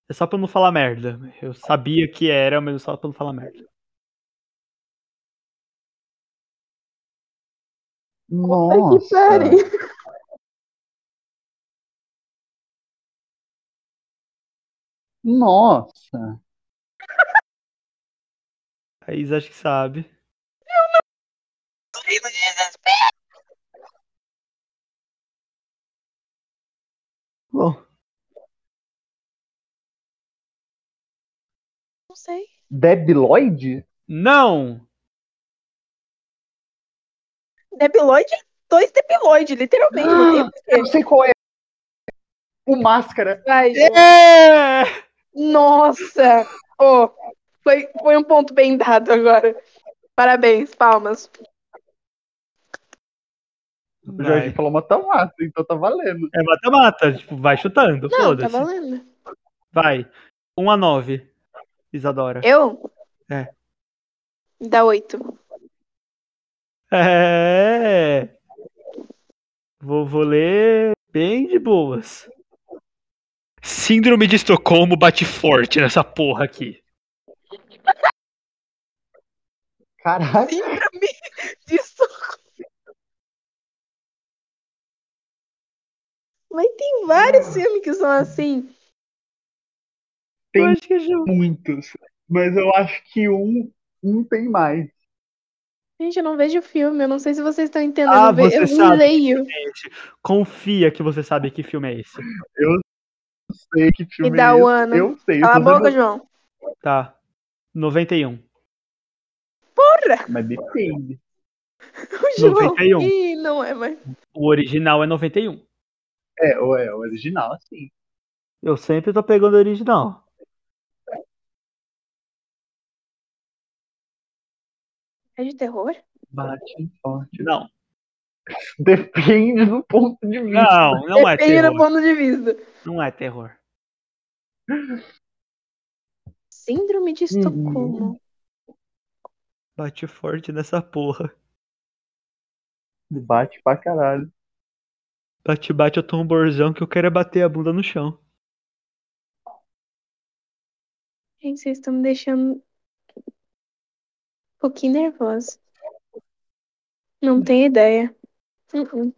S5: É só pra eu não falar merda. Eu sabia que era, mas é só pra eu não falar merda.
S1: que
S4: Nossa.
S1: pariu.
S4: Nossa.
S5: A Isa acho que sabe. Bom,
S1: Não sei.
S4: Deb Lloyd?
S5: não!
S1: Debiloid, dois Debiloid, literalmente. não tem
S4: Eu
S1: porquê.
S4: não sei qual é. O Máscara.
S1: Vai, Ju.
S5: É!
S1: Nossa! Ô, foi, foi um ponto bem dado agora. Parabéns, palmas.
S4: O Jorge
S5: Vai.
S4: falou mata-mata, então tá valendo.
S5: É mata-mata, tipo, vai chutando,
S1: Não, tá
S5: foda-se.
S1: valendo.
S5: vai. 1 a 9, Isadora.
S1: Eu?
S5: É.
S1: Dá oito.
S5: É. Vou, vou ler bem de boas. Síndrome de Estocolmo bate forte nessa porra aqui.
S4: Caralho.
S1: Síndrome de Estocolmo. Mas tem vários filmes que são assim.
S4: Tem-
S5: Eu acho que é já-
S4: muitos, mas eu acho que um, um tem mais.
S1: Gente, eu não vejo filme, eu não sei se vocês estão entendendo.
S5: Ah,
S1: eu ve-
S5: você
S1: eu não
S5: sabe.
S1: leio.
S5: Confia que você sabe que filme é esse.
S4: Eu sei que filme
S1: Me dá
S4: é
S1: o
S4: esse.
S1: ano.
S4: Eu sei.
S1: Cala a
S4: eu tô
S1: boca,
S4: dando-
S1: João. (laughs)
S5: Tá. 91.
S4: Mas depende.
S1: O João.
S5: 91.
S1: Ih, não é mais.
S5: O original é 91.
S4: É, ou é o original, assim.
S5: Eu sempre tô pegando o original.
S1: É de terror?
S4: Bate forte.
S5: Não.
S4: Depende do ponto de vista.
S5: Não, não é
S1: Depende do
S5: terror.
S1: ponto de vista.
S5: Não é terror.
S1: Síndrome
S5: Uhum.
S1: de Estocolmo.
S5: Bate forte nessa porra.
S4: Bate pra caralho.
S5: Bate, bate o tamborzão que eu quero é bater a bunda no chão.
S1: Gente, vocês estão me deixando um pouquinho nervosa. Não tenho ideia. Uh-uh.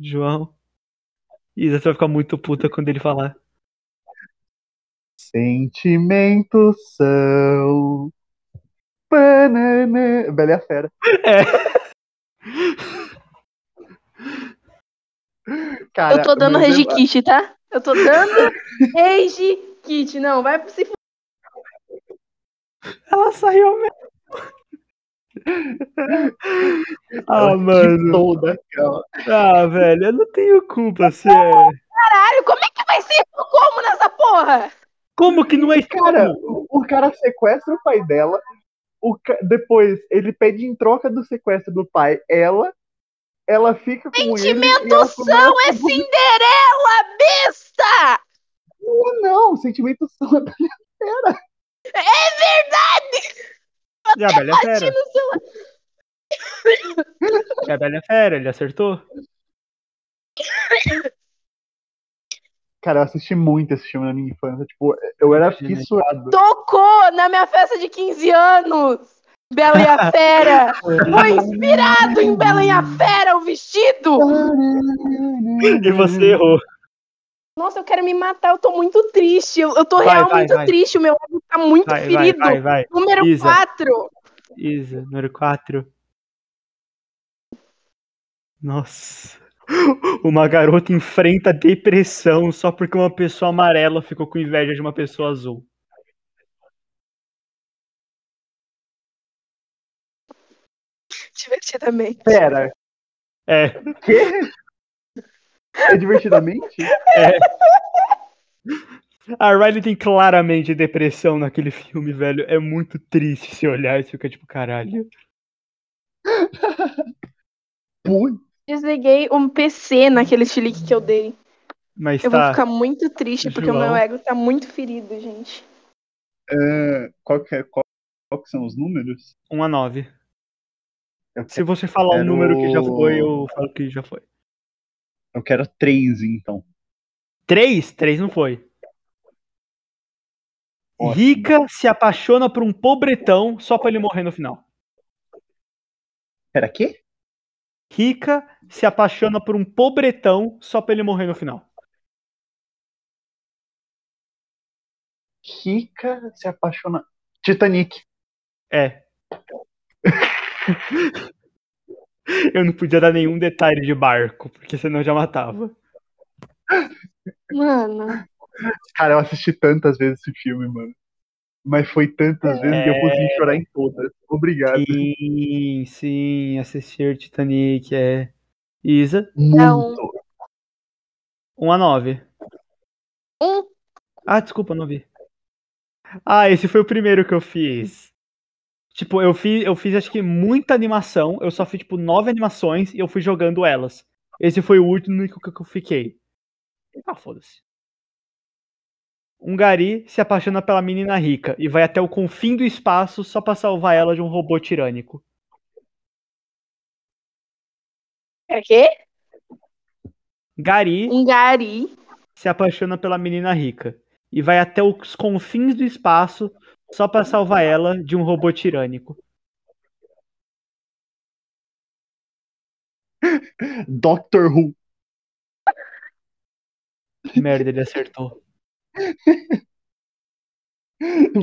S5: João. Isa, você vai ficar muito puta quando ele falar.
S4: Sentimentos são. Banana. Bela e a Fera.
S5: É.
S4: Cara,
S1: Eu tô dando
S4: mas é-
S1: rage kit, tá? Eu tô (laughs) dando rage kit. Não, vai se f...
S5: Ela saiu
S1: (laughs)
S5: mesmo. ah,
S1: Ah,
S4: Ela
S5: mano.
S4: toda aquela.
S1: tipo-
S5: Ah, velho, eu não tenho culpa, se é.
S1: Caralho, como é que vai ser como nessa porra?
S5: Como que não é
S4: Cara, o, o cara sequestra o pai dela. O, ca- depois ele pede em troca do sequestro do pai ela. Ela fica com ele. e ela
S1: Sentimentos
S4: começa-
S1: são é Cinderela, besta!
S4: Não, não, sentimentos são. (laughs)
S5: É a Bela Fera.
S1: Bati no celular.
S5: É a Bela Fera,
S1: (laughs)
S5: ele acertou?
S4: Cara, eu assisti muito esse filme na minha infância. Tipo, eu era
S5: Imagina.
S4: fissurado.
S1: Tocou na minha festa de 15 anos. Bela e (laughs) a Fera. Foi inspirado em Bela e a Fera, o vestido.
S5: E você errou.
S1: Nossa, eu quero me matar, eu tô muito triste. Eu, eu tô
S5: Vai,
S1: real
S5: vai,
S1: muito
S5: vai.
S1: triste, o meu ego tá muito
S5: Vai, vai,
S1: ferido.
S5: vai, vai.
S1: Número
S5: Isa.
S1: 4.
S5: Isa, número 4. Nossa. Uma garota enfrenta depressão só porque uma pessoa amarela ficou com inveja de uma pessoa azul.
S1: divertidamente.
S4: Pera,
S5: É,
S4: quê? É divertidamente?
S5: a Riley tem claramente depressão naquele filme, velho. É muito triste se olhar e você fica tipo, caralho.
S4: Putz,
S1: Desliguei um PC naquele chilique que eu dei.
S5: Mas
S1: Eu vou
S5: tá.
S1: ficar muito triste porque o
S5: João.
S1: meu ego tá muito ferido, gente.
S4: ah, qual, que é- qual- qual que são os números?
S5: 1 a 9.
S4: Eu
S5: Se você falar um
S4: Quero-
S5: número que já foi, eu falo que já foi.
S4: Eu quero três, então.
S5: 3? 3 não foi.
S4: Ótimo.
S5: Rica se apaixona por um pobretão só pra ele morrer no final.
S4: Pera, quê?
S5: Rica se apaixona por um pobretão só pra ele morrer no final.
S4: Kika se apaixona. Titanic.
S5: É. Eu não podia dar nenhum detalhe de barco, porque senão eu já matava.
S1: Mano,
S4: Cara, eu assisti tantas vezes esse filme, mano. Mas foi tantas vezes
S5: É.
S4: que eu consegui chorar em todas. Obrigado.
S5: Sim, sim, assistir Titanic é. Isa,
S4: Muito.
S5: 1 a 9.
S1: um
S5: Ah, desculpa, não vi. Ah, esse foi o primeiro que eu fiz. Tipo, eu fiz, eu fiz acho que muita animação. Eu só fiz, tipo, nove animações e eu fui jogando elas. Esse foi o último que eu- que eu fiquei. Ah, foda-se. Um gari se apaixona pela menina rica e vai até o confim do espaço só pra salvar ela de um robô tirânico.
S1: é quê?
S5: Gari
S1: Um gari.
S5: se apaixona pela menina rica e vai até os confins do espaço só pra salvar ela de um robô
S1: (laughs)
S5: tirânico.
S4: Doctor Who. (laughs)
S5: Merda, ele acertou.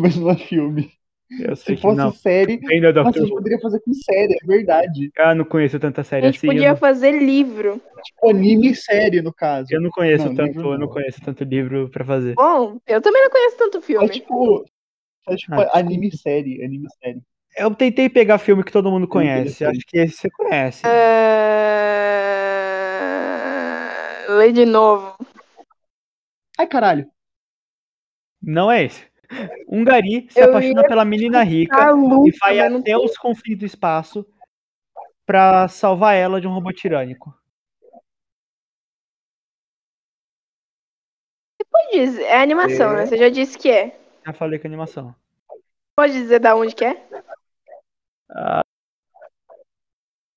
S4: Mas não é filme.
S5: Eu sei
S4: Se
S5: que
S4: fosse
S5: não.
S4: série,
S5: Ainda dá
S4: nossa, a
S5: pra-
S4: gente poderia fazer com série, é verdade.
S5: Ah, não conheço tanta
S1: A
S5: série
S1: gente
S5: assim.
S1: podia
S5: Eu, não,
S1: fazer livro.
S4: Tipo, anime e série, no caso.
S5: eu não conheço
S4: Não,
S5: tanto,
S4: livro
S5: eu não
S4: não.
S5: conheço tanto livro pra fazer.
S1: Bom, eu também não conheço tanto
S4: É
S1: filme.
S4: tipo. É tipo
S5: Ah,
S4: anime e série, anime e série.
S5: Eu tentei pegar filme que todo mundo conhece.
S4: interessante.
S5: Acho que esse você conhece.
S1: Ah, Lê de novo.
S4: Ai, caralho.
S5: Não é esse. Um gari se
S1: Eu
S5: apaixona pela menina rica
S1: Tá louco,
S5: e vai
S1: mas não
S5: até os confins do espaço pra salvar ela de um robô tirânico.
S1: pode dizer. É animação,
S4: É.
S1: né? Você já disse que é.
S5: Já falei com a animação.
S1: Pode dizer da onde que é? (laughs)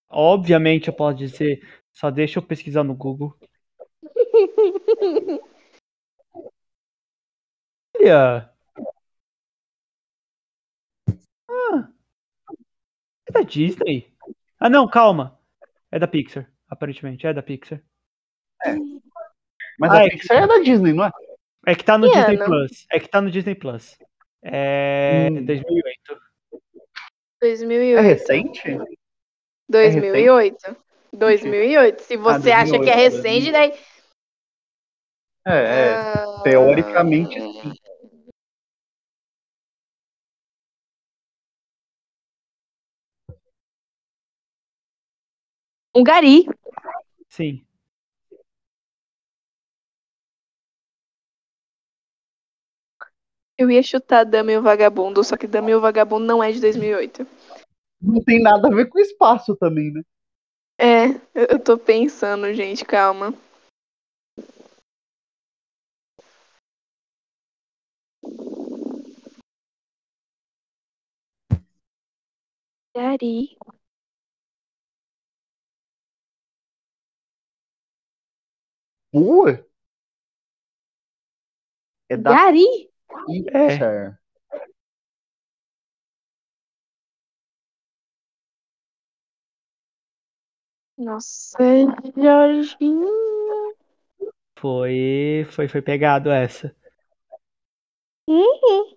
S5: Obviamente eu posso dizer, só deixa eu pesquisar no Google. Olha! Ah. É da Disney? Ah não, calma. É da Pixar, aparentemente. É da Pixar.
S4: Mas
S5: Ai.
S4: a Pixar é da Disney, não é?
S5: É que tá no
S1: Que
S5: Disney
S1: ano?
S5: Plus. É que tá no Disney Plus. É
S4: Hum.
S5: 2008.
S4: É
S1: 2008.
S4: recente?
S1: 2008. 2008. Se você acha que é
S4: 2008,
S1: recente, daí.
S4: É, é.
S1: Ah,
S4: Teoricamente, sim.
S1: Um gari.
S5: Sim.
S1: Eu ia chutar Dama e o Vagabundo, só que Dama e o Vagabundo não é de 2008.
S4: Não tem nada a ver com espaço também, né?
S1: É, eu eu tô pensando, gente, calma. Gari.
S4: Pô! É da
S1: Gari?
S5: Ah, é.
S4: Pixar.
S1: Nossa, É, Jorginho.
S5: Foi, foi, foi pegado essa.
S1: Uhum.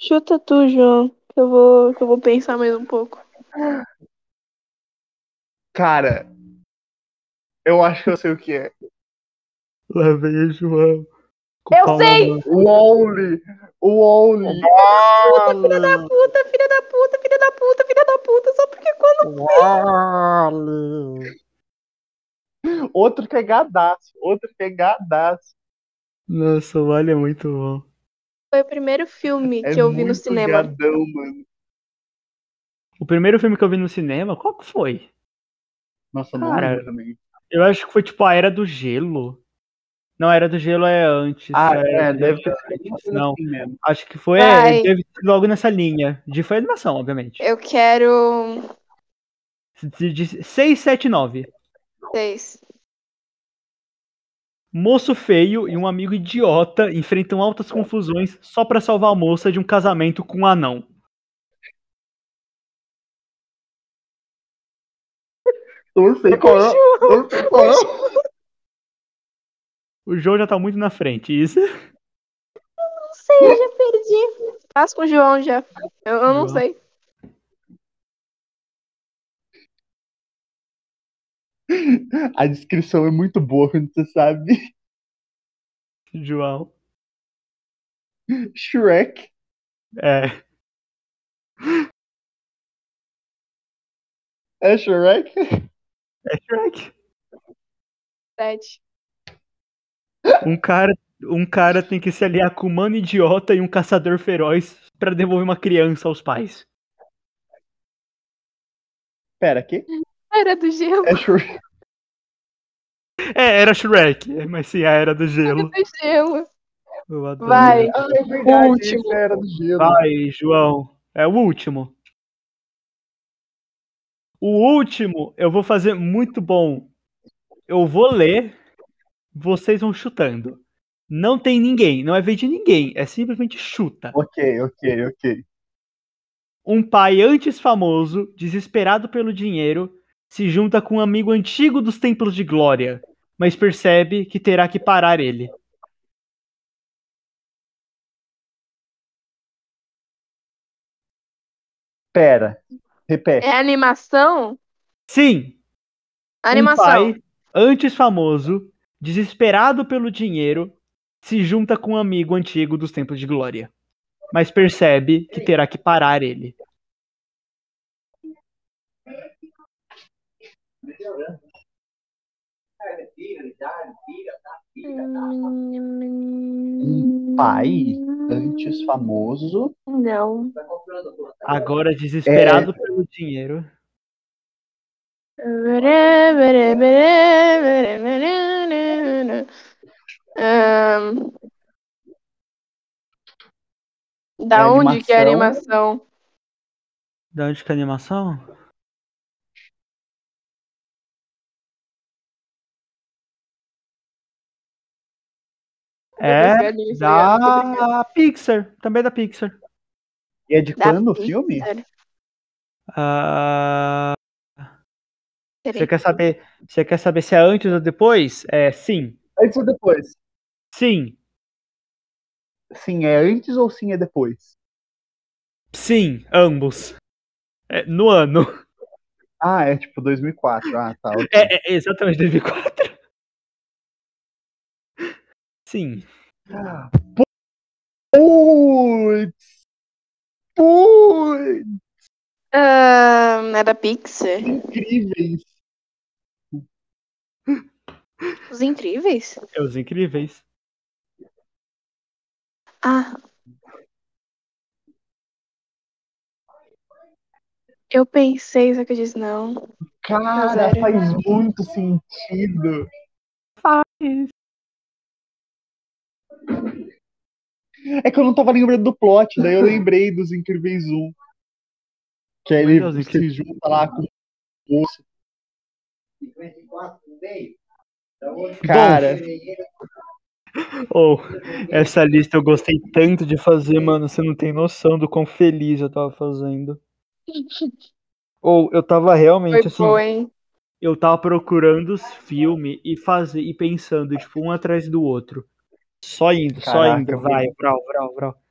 S1: Chuta tu, João, que eu vou, que eu vou pensar mais um pouco.
S4: Cara, eu acho que eu sei o que é.
S5: Lá vem o João. com
S1: Eu
S5: pau na
S1: sei!
S5: mão.
S4: Wally! Wally!
S1: Filha da puta, filha da puta, filha da puta, filha da puta, só porque quando
S5: Vale.
S4: Outro que é gadaço, outro que é gadaço.
S5: Nossa, o Vale é muito bom.
S1: Foi o primeiro filme
S4: É
S1: que eu vi no
S4: muito
S1: cinema.
S4: Gadão, mano.
S5: O primeiro filme que eu vi no cinema, qual que foi?
S4: Nossa, não
S5: Cara,
S4: lembro também.
S5: Eu acho que foi tipo a Era do Gelo. Não, a Era do Gelo é antes.
S4: Ah,
S5: a Era
S4: é,
S5: do
S4: deve
S5: Gelo
S4: ter
S5: é
S4: sido
S5: antes,
S4: assim
S5: Não,
S4: mesmo.
S5: acho que foi.
S1: Ai.
S5: É, deve ser logo nessa linha. De foi animação, obviamente.
S1: Eu quero.
S5: De, de 679.
S1: Seis.
S5: Moço feio e um amigo idiota enfrentam altas confusões só pra salvar a moça de um casamento com um anão.
S4: Não sei qual é. Não sei qual é.
S5: O João já tá muito na frente, isso. (laughs)
S1: Não sei, eu já perdi. Passa com o João já. Eu, eu não
S5: João.
S1: sei.
S4: A descrição é muito boa quando você sabe.
S5: João.
S4: Shrek.
S5: É.
S4: É Shrek?
S5: É Shrek.
S1: Sete.
S5: Um cara, um cara tem que se aliar com um mano idiota e um caçador feroz pra devolver uma criança aos pais.
S4: Pera, que?
S1: Era do gelo.
S4: É Shrek.
S5: É, era Shrek, mas sim, a era do
S1: Era
S5: gelo.
S1: do gelo.
S5: Eu adoro.
S1: Vai.
S4: Ah, é verdade.
S1: O
S4: Último.
S1: último.
S4: era do gelo.
S5: Vai, João. É o último. O último eu vou fazer muito bom. Eu vou ler, vocês vão chutando. Não tem ninguém, não é vez de ninguém, é simplesmente chuta.
S4: Ok, ok, ok.
S5: Um pai antes famoso, desesperado pelo dinheiro, se junta com um amigo antigo dos templos de glória, mas percebe que terá que parar ele.
S4: Pera. Repete.
S1: É animação?
S5: Sim,
S1: Animação.
S5: Um pai, antes famoso, desesperado pelo dinheiro, se junta com um amigo antigo dos tempos de glória. Mas percebe que terá que parar ele.
S1: É. Um
S4: pai Antes famoso.
S1: Não.
S5: Agora desesperado pelo dinheiro.
S1: Ahn. Da
S4: É
S1: onde que é a
S4: animação.
S1: animação?
S5: Da onde que é a animação? É da Pixar, também da Pixar.
S4: E é de
S1: Da
S4: quando o
S1: Pixar.
S4: filme?
S5: Ah,
S1: Peraí.
S5: você quer saber? Você quer saber se é antes ou depois? É sim,
S4: Antes ou depois?
S5: sim,
S4: Sim, é antes ou sim é depois?
S5: sim, ambos. É, no ano.
S4: Ah, é tipo 2004. Ah, tá. ok.
S5: É, é, é exatamente 2004. Sim.
S4: Putz! Putz!
S1: Ahn, é da Pixar?
S4: Incríveis!
S1: Os Incríveis?
S5: É os incríveis.
S1: Ah. Eu pensei, só que eu disse não.
S4: Cara,
S1: Zero.
S4: faz muito sentido. É que eu não tava lembrando do plot, daí eu lembrei dos Incríveis 1. Que aí
S5: Mas é
S4: ele
S5: os
S4: se
S5: Incríveis.
S4: junta lá com o moço.
S5: Cara. Ou Oh, essa lista eu gostei tanto de fazer, mano. Você não tem noção do quão feliz eu tava
S1: (laughs)
S5: fazendo. Ou eu tava
S1: Foi
S5: realmente assim.
S1: boa, hein?
S5: Eu tava procurando os filmes e fazer e pensando, tipo, um atrás do outro. Só indo, só
S4: Caraca,
S5: indo,
S4: eu
S5: vai, vral, vral, vral.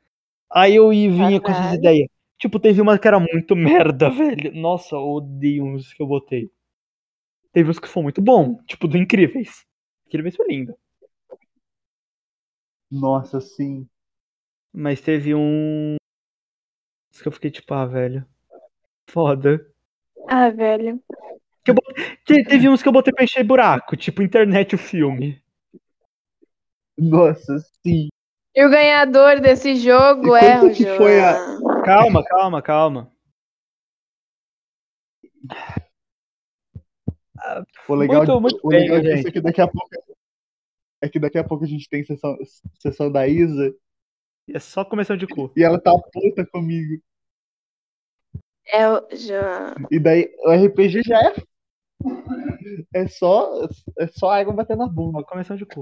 S5: Aí eu ia e vinha com essas
S1: Caralho.
S5: ideias. Tipo, teve uma que era muito (laughs) merda, velho. Nossa, eu odeio uns que eu botei. Teve uns que foi muito bom, tipo, do Incríveis. Incríveis foi lindo.
S4: Nossa, sim.
S5: Mas teve um. uns que eu fiquei tipo, ah, velho. Foda.
S1: Ah, velho.
S5: Te- Teve uns que eu botei pra encher buraco, tipo internet o filme.
S4: Nossa, sim.
S1: E o ganhador desse jogo
S4: E
S1: é
S4: quanto
S1: o
S4: que foi a-
S1: João.
S5: Calma, calma, calma.
S4: O legal,
S5: Muito, muito
S4: o
S5: bem,
S4: legal disso
S5: gente.
S4: é que daqui a pouco. É que daqui a pouco a gente tem sessão, sessão da Isa
S5: É só começar de cu.
S4: e ela tá puta comigo.
S1: É o João.
S4: E daí o RPG já é. É só, é só água batendo na bunda.
S5: Só começar de cu.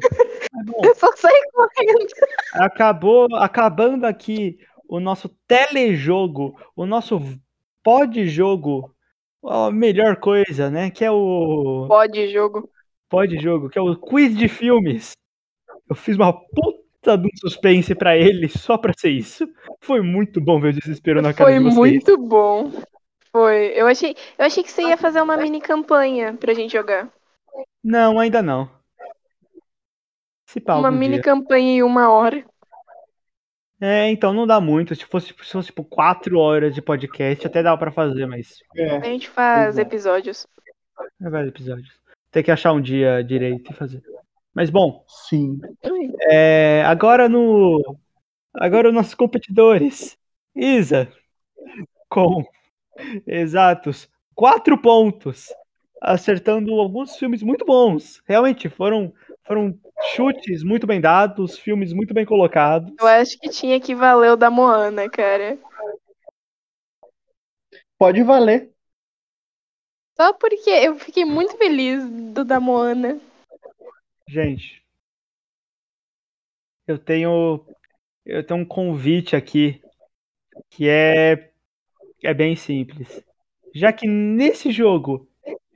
S5: Mas bom,
S1: Eu só saí correndo.
S5: acabou, acabando aqui o nosso telejogo, o nosso podjogo, a melhor coisa, né? Que é o
S1: Pode jogo.
S5: podjogo, que é o quiz de filmes. Eu fiz uma puta de um suspense pra ele só pra ser isso. Foi muito bom ver o desespero na cara
S1: Foi
S5: de vocês.
S1: muito bom. Foi. Eu achei, eu achei que você ia fazer uma mini campanha pra gente jogar.
S5: Não, ainda não. Se
S4: Tá,
S5: pá,
S1: uma
S5: algum
S1: mini
S5: dia.
S1: campanha em uma hora.
S5: É, então não dá muito. Se fosse, tipo, se fosse tipo quatro horas de podcast, até dá pra fazer, mas
S4: É.
S1: A gente faz
S4: Pois é.
S1: episódios.
S5: é vários episódios. Tem que achar um dia direito e fazer. Mas bom,
S4: Sim.
S1: Então
S5: é, agora no agora os nossos competidores. Isa com exatos quatro pontos, acertando alguns filmes muito bons. Realmente foram foram chutes muito bem dados, filmes muito bem colocados.
S1: Eu acho que tinha que valer o da Moana, cara.
S4: Pode valer.
S1: Só porque eu fiquei muito feliz do da Moana.
S5: Gente, eu tenho eu tenho um convite aqui que é é bem simples. Já que nesse jogo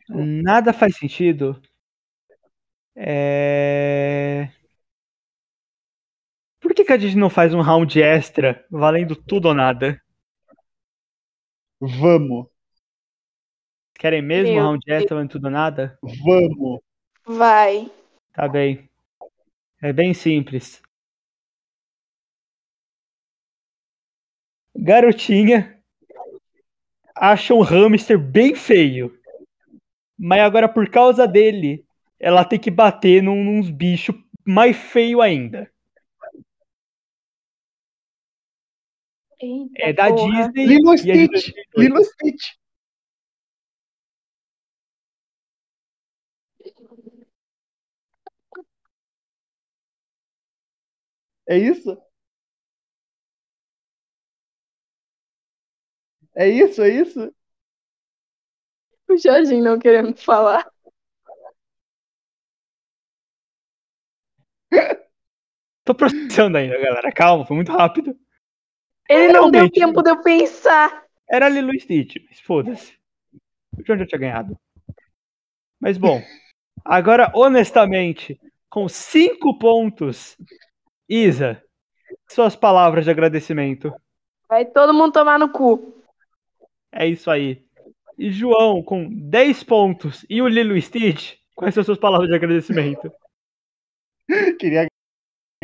S5: nada faz sentido, é... por que que a gente não faz um round extra valendo tudo ou nada?
S4: Vamos.
S5: Querem mesmo um
S1: Meu
S5: round extra valendo tudo ou nada?
S4: Vamos.
S1: Vai.
S5: Tá bem. É bem simples. Garotinha acha um hamster bem feio. Mas agora, por causa dele, ela tem que bater num, uns bichos mais feio ainda.
S1: Eita,
S5: É da
S1: porra.
S5: Disney.
S4: Lilo
S5: e é de
S4: Stitch.
S5: 2002.
S4: Lilo Stitch. É isso? É isso, é isso?
S1: O Jorginho não querendo falar.
S5: Tô processando ainda, galera. Calma, foi muito rápido.
S1: Ele não deu
S5: Realmente.
S1: tempo de eu pensar.
S5: Era Lilo e Stitch, mas foda-se. De onde eu tinha ganhado? Mas bom, agora honestamente, com cinco pontos, Isa, suas palavras de agradecimento.
S1: Vai todo mundo tomar no cu.
S5: É isso aí. E João, com 10 pontos, e o Lilo e Stitch, quais são suas palavras de agradecimento?
S4: Queria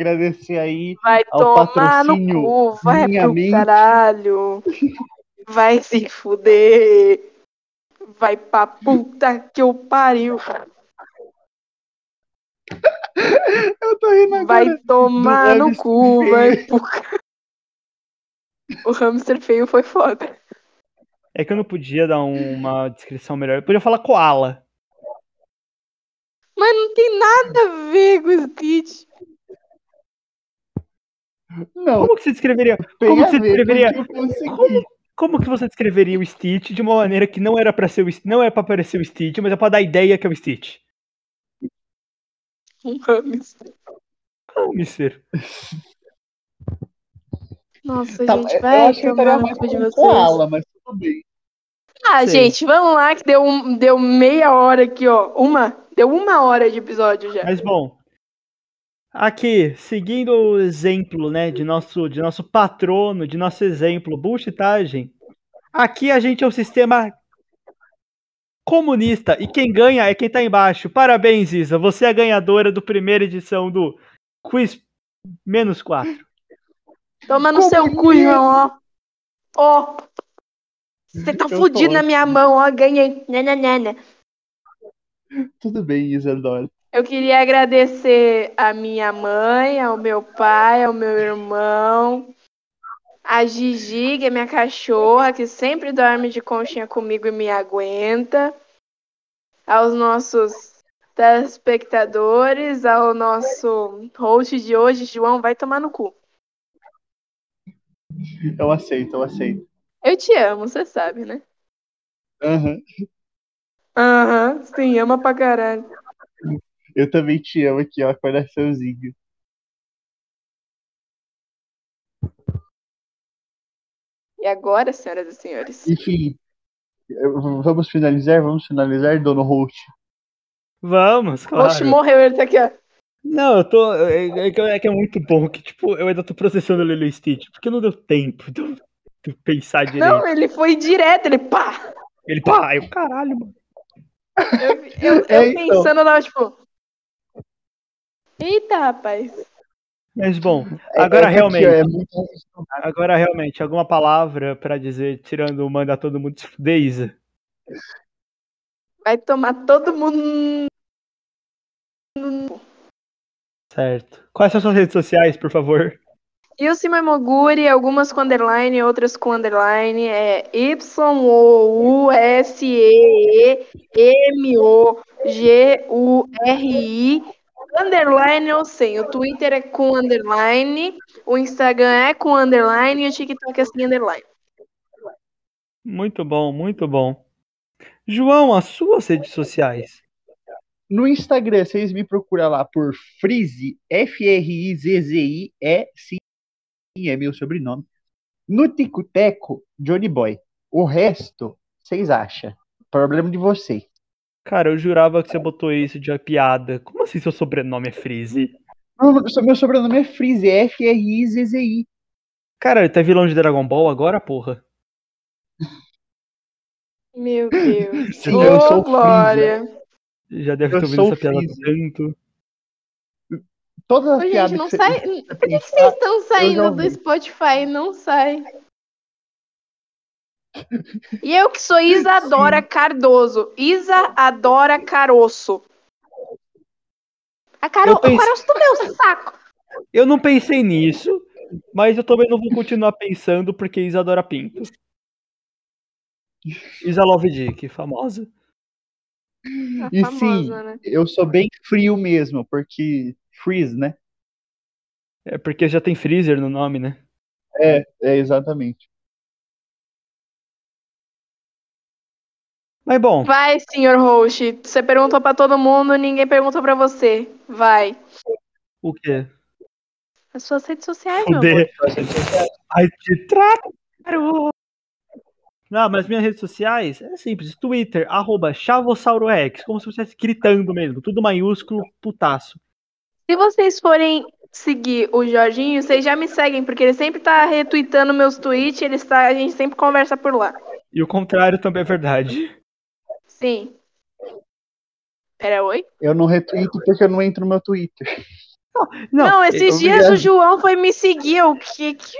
S4: agradecer aí.
S1: Vai
S4: Ao
S1: tomar no
S4: patrocínio
S1: cu. Vai
S4: Minha
S1: pro
S4: Mente. (laughs)
S1: caralho. Vai se fuder. Vai pra puta que eu pariu.
S4: Eu tô rindo agora.
S1: Vai tomar
S4: do
S1: no
S4: hamster
S1: cu,
S4: feio.
S1: vai pro ca- O hamster feio foi foda.
S5: É que eu não podia dar uma descrição melhor. Eu podia falar koala.
S1: Mas não tem nada a ver com o Stitch.
S4: Não,
S5: Como que você descreveria?
S4: tem
S5: Como
S4: a
S5: você
S4: ver com o
S5: escreveria?
S4: que eu consegui.
S5: Como, como que você descreveria o Stitch de uma maneira que não era para ser o, não é para parecer o Stitch, mas é para dar a ideia que é o Stitch?
S1: Um hamster.
S5: Hamster.
S1: Nossa,
S4: Tá,
S1: gente,
S4: eu
S1: vai
S4: acho que eu estaria
S1: tomar
S4: mais
S1: no cu de
S4: com
S1: vocês.
S4: koala, mas tudo bem.
S1: Ah,
S5: Sim.
S1: gente, vamos lá que deu, um- deu meia hora aqui, ó. Uma. Deu uma hora de episódio já.
S5: Mas bom. Aqui, seguindo o exemplo, né, de nosso de nosso patrono, de nosso exemplo, bullshitagem. Aqui a gente é um sistema comunista e quem ganha é quem tá embaixo. Parabéns, Isa, você é a ganhadora do primeira edição do Quiz menos 4.
S1: Toma no
S4: Como assim?
S1: seu cu,
S4: que-
S1: João, ó. Ó. Você tá
S4: Eu tô assim.
S1: fudido na minha
S4: ótimo.
S1: mão, ó, ganhei. Né, Nananana.
S4: Tudo bem, Isadora.
S1: Eu queria agradecer a minha mãe, ao meu pai, ao meu irmão, a Gigi, que é minha cachorra, que sempre dorme de conchinha comigo e me aguenta, aos nossos telespectadores, ao nosso host de hoje, João, vai tomar no cu.
S4: Eu aceito, eu aceito.
S1: Eu te amo, você sabe, né?
S4: Aham.
S1: Aham, sim, ama pra caralho.
S4: Eu também te amo aqui, ó, coraçãozinho.
S1: E agora, senhoras e senhores?
S4: Enfim, eu- vamos finalizar, vamos finalizar, dono Holt.
S5: Vamos, claro.
S1: Oxe, morreu, ele tá aqui, ó.
S5: Não, eu tô. É, é que- é que é muito bom que, tipo, eu ainda tô processando o Lilo e Stitch, porque não deu tempo de eu de eu pensar direito.
S1: Não, ele foi direto, ele pá!
S5: Ele, pá, eu, caralho, mano.
S1: Eu, eu- eu
S4: (laughs) É, então.
S1: pensando lá, tipo. Eita, rapaz.
S5: Mas bom,
S4: É-
S5: agora
S4: é porque
S5: realmente,
S4: É muito...
S5: agora realmente, alguma palavra pra dizer, tirando o manda todo mundo se fuder, Isa?
S1: Vai tomar todo mundo.
S5: Certo. Quais são suas redes sociais, por favor?
S1: E o Simon Moguri, algumas com underline, outras com underline. É Y-O-U-S-E-E-M-O-G-U-R-I. Underline ou sem. O Twitter é com underline. O Instagram é com underline. E o TikTok é sem underline.
S5: Muito bom, muito bom. João, as suas redes sociais.
S4: No Instagram, vocês me procuram lá por Frizzy, F-R-I-Z-Z-I-E, sim, é meu sobrenome. No Tico-Teco, Johnny Boy. O resto, vocês acham. Problema de vocês.
S5: Cara, eu jurava que você botou isso de piada. Como assim seu sobrenome é Freeze?
S4: Não, não, so- Meu sobrenome é Frizzy, F-R-I-Z-Z-I.
S5: Cara, tá vilão de Dragon Ball agora, porra?
S1: Meu Deus.
S4: Sim, (laughs) eu sou o Frizzy.
S1: Glória.
S5: Já deve
S4: Eu
S5: ter ouvido
S4: sou
S5: essa piada
S4: Freeze.
S5: tanto.
S4: Todas as
S1: Ô, gente,
S4: piadas
S1: não
S4: que (laughs)
S1: sai.
S4: cê-
S1: Por que, que vocês estão saindo
S4: ouvi.
S1: do Spotify e não sai? E eu que sou Isadora Cardoso. Isa adora caroço. A caro...
S5: Eu pensei-
S1: O caroço do meu saco.
S5: Eu não pensei nisso, mas eu também não vou continuar pensando porque Isa adora pinto. Isa Love Dick, famosa.
S1: A
S4: E
S1: famosa, né?
S4: Eu sou bem frio mesmo, porque Freeze, né?
S5: É porque já tem Freezer no nome, né?
S4: É, exatamente.
S5: Mas bom,
S1: Vai, senhor host. Você perguntou pra todo mundo, ninguém perguntou pra você. Vai.
S5: o quê?
S1: As suas redes sociais, meu amor.
S5: Fuder. Ai, te trataram! Não, mas minhas redes sociais é simples. Twitter, arroba chavosaurox, como se você estivesse gritando mesmo. Tudo maiúsculo, putaço.
S1: Se vocês forem seguir o Jorginho, vocês já me seguem, porque ele sempre tá retweetando meus tweets, ele está, a gente sempre conversa por lá.
S5: E o contrário também é verdade.
S1: Sim. Pera, oi?
S4: Eu não retuito porque eu não entro no meu Twitter.
S1: Não, é
S5: eu-
S1: esses dias
S4: viajo.
S1: o João foi me seguir. O que que.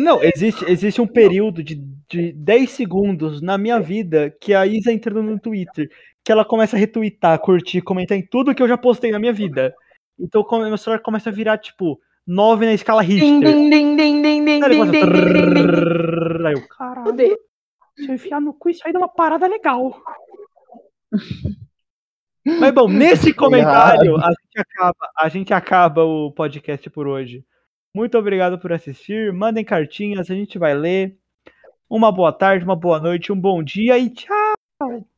S5: Não, existe, existe um período de, de 10 segundos na minha vida que a Isa entrando no Twitter, que ela começa a retweetar, curtir, comentar em tudo que eu já postei na minha vida. Então como- meu celular começa a virar, tipo, 9 na escala
S1: Din,
S5: Richter.
S1: din, din, din, din, din,
S5: Aí ele
S1: din, din,
S5: começa,
S1: din, din, din, din.
S5: trrr, Aí eu, caralho,
S1: Fudeu.
S5: se eu enfiar no cu, isso aí dá uma parada legal. (laughs) Mas bom, nesse comentário, a gente, acaba, a gente acaba o podcast por hoje. Muito obrigado por assistir. Mandem cartinhas, a gente vai ler. Uma boa tarde, uma boa noite, um bom dia e tchau!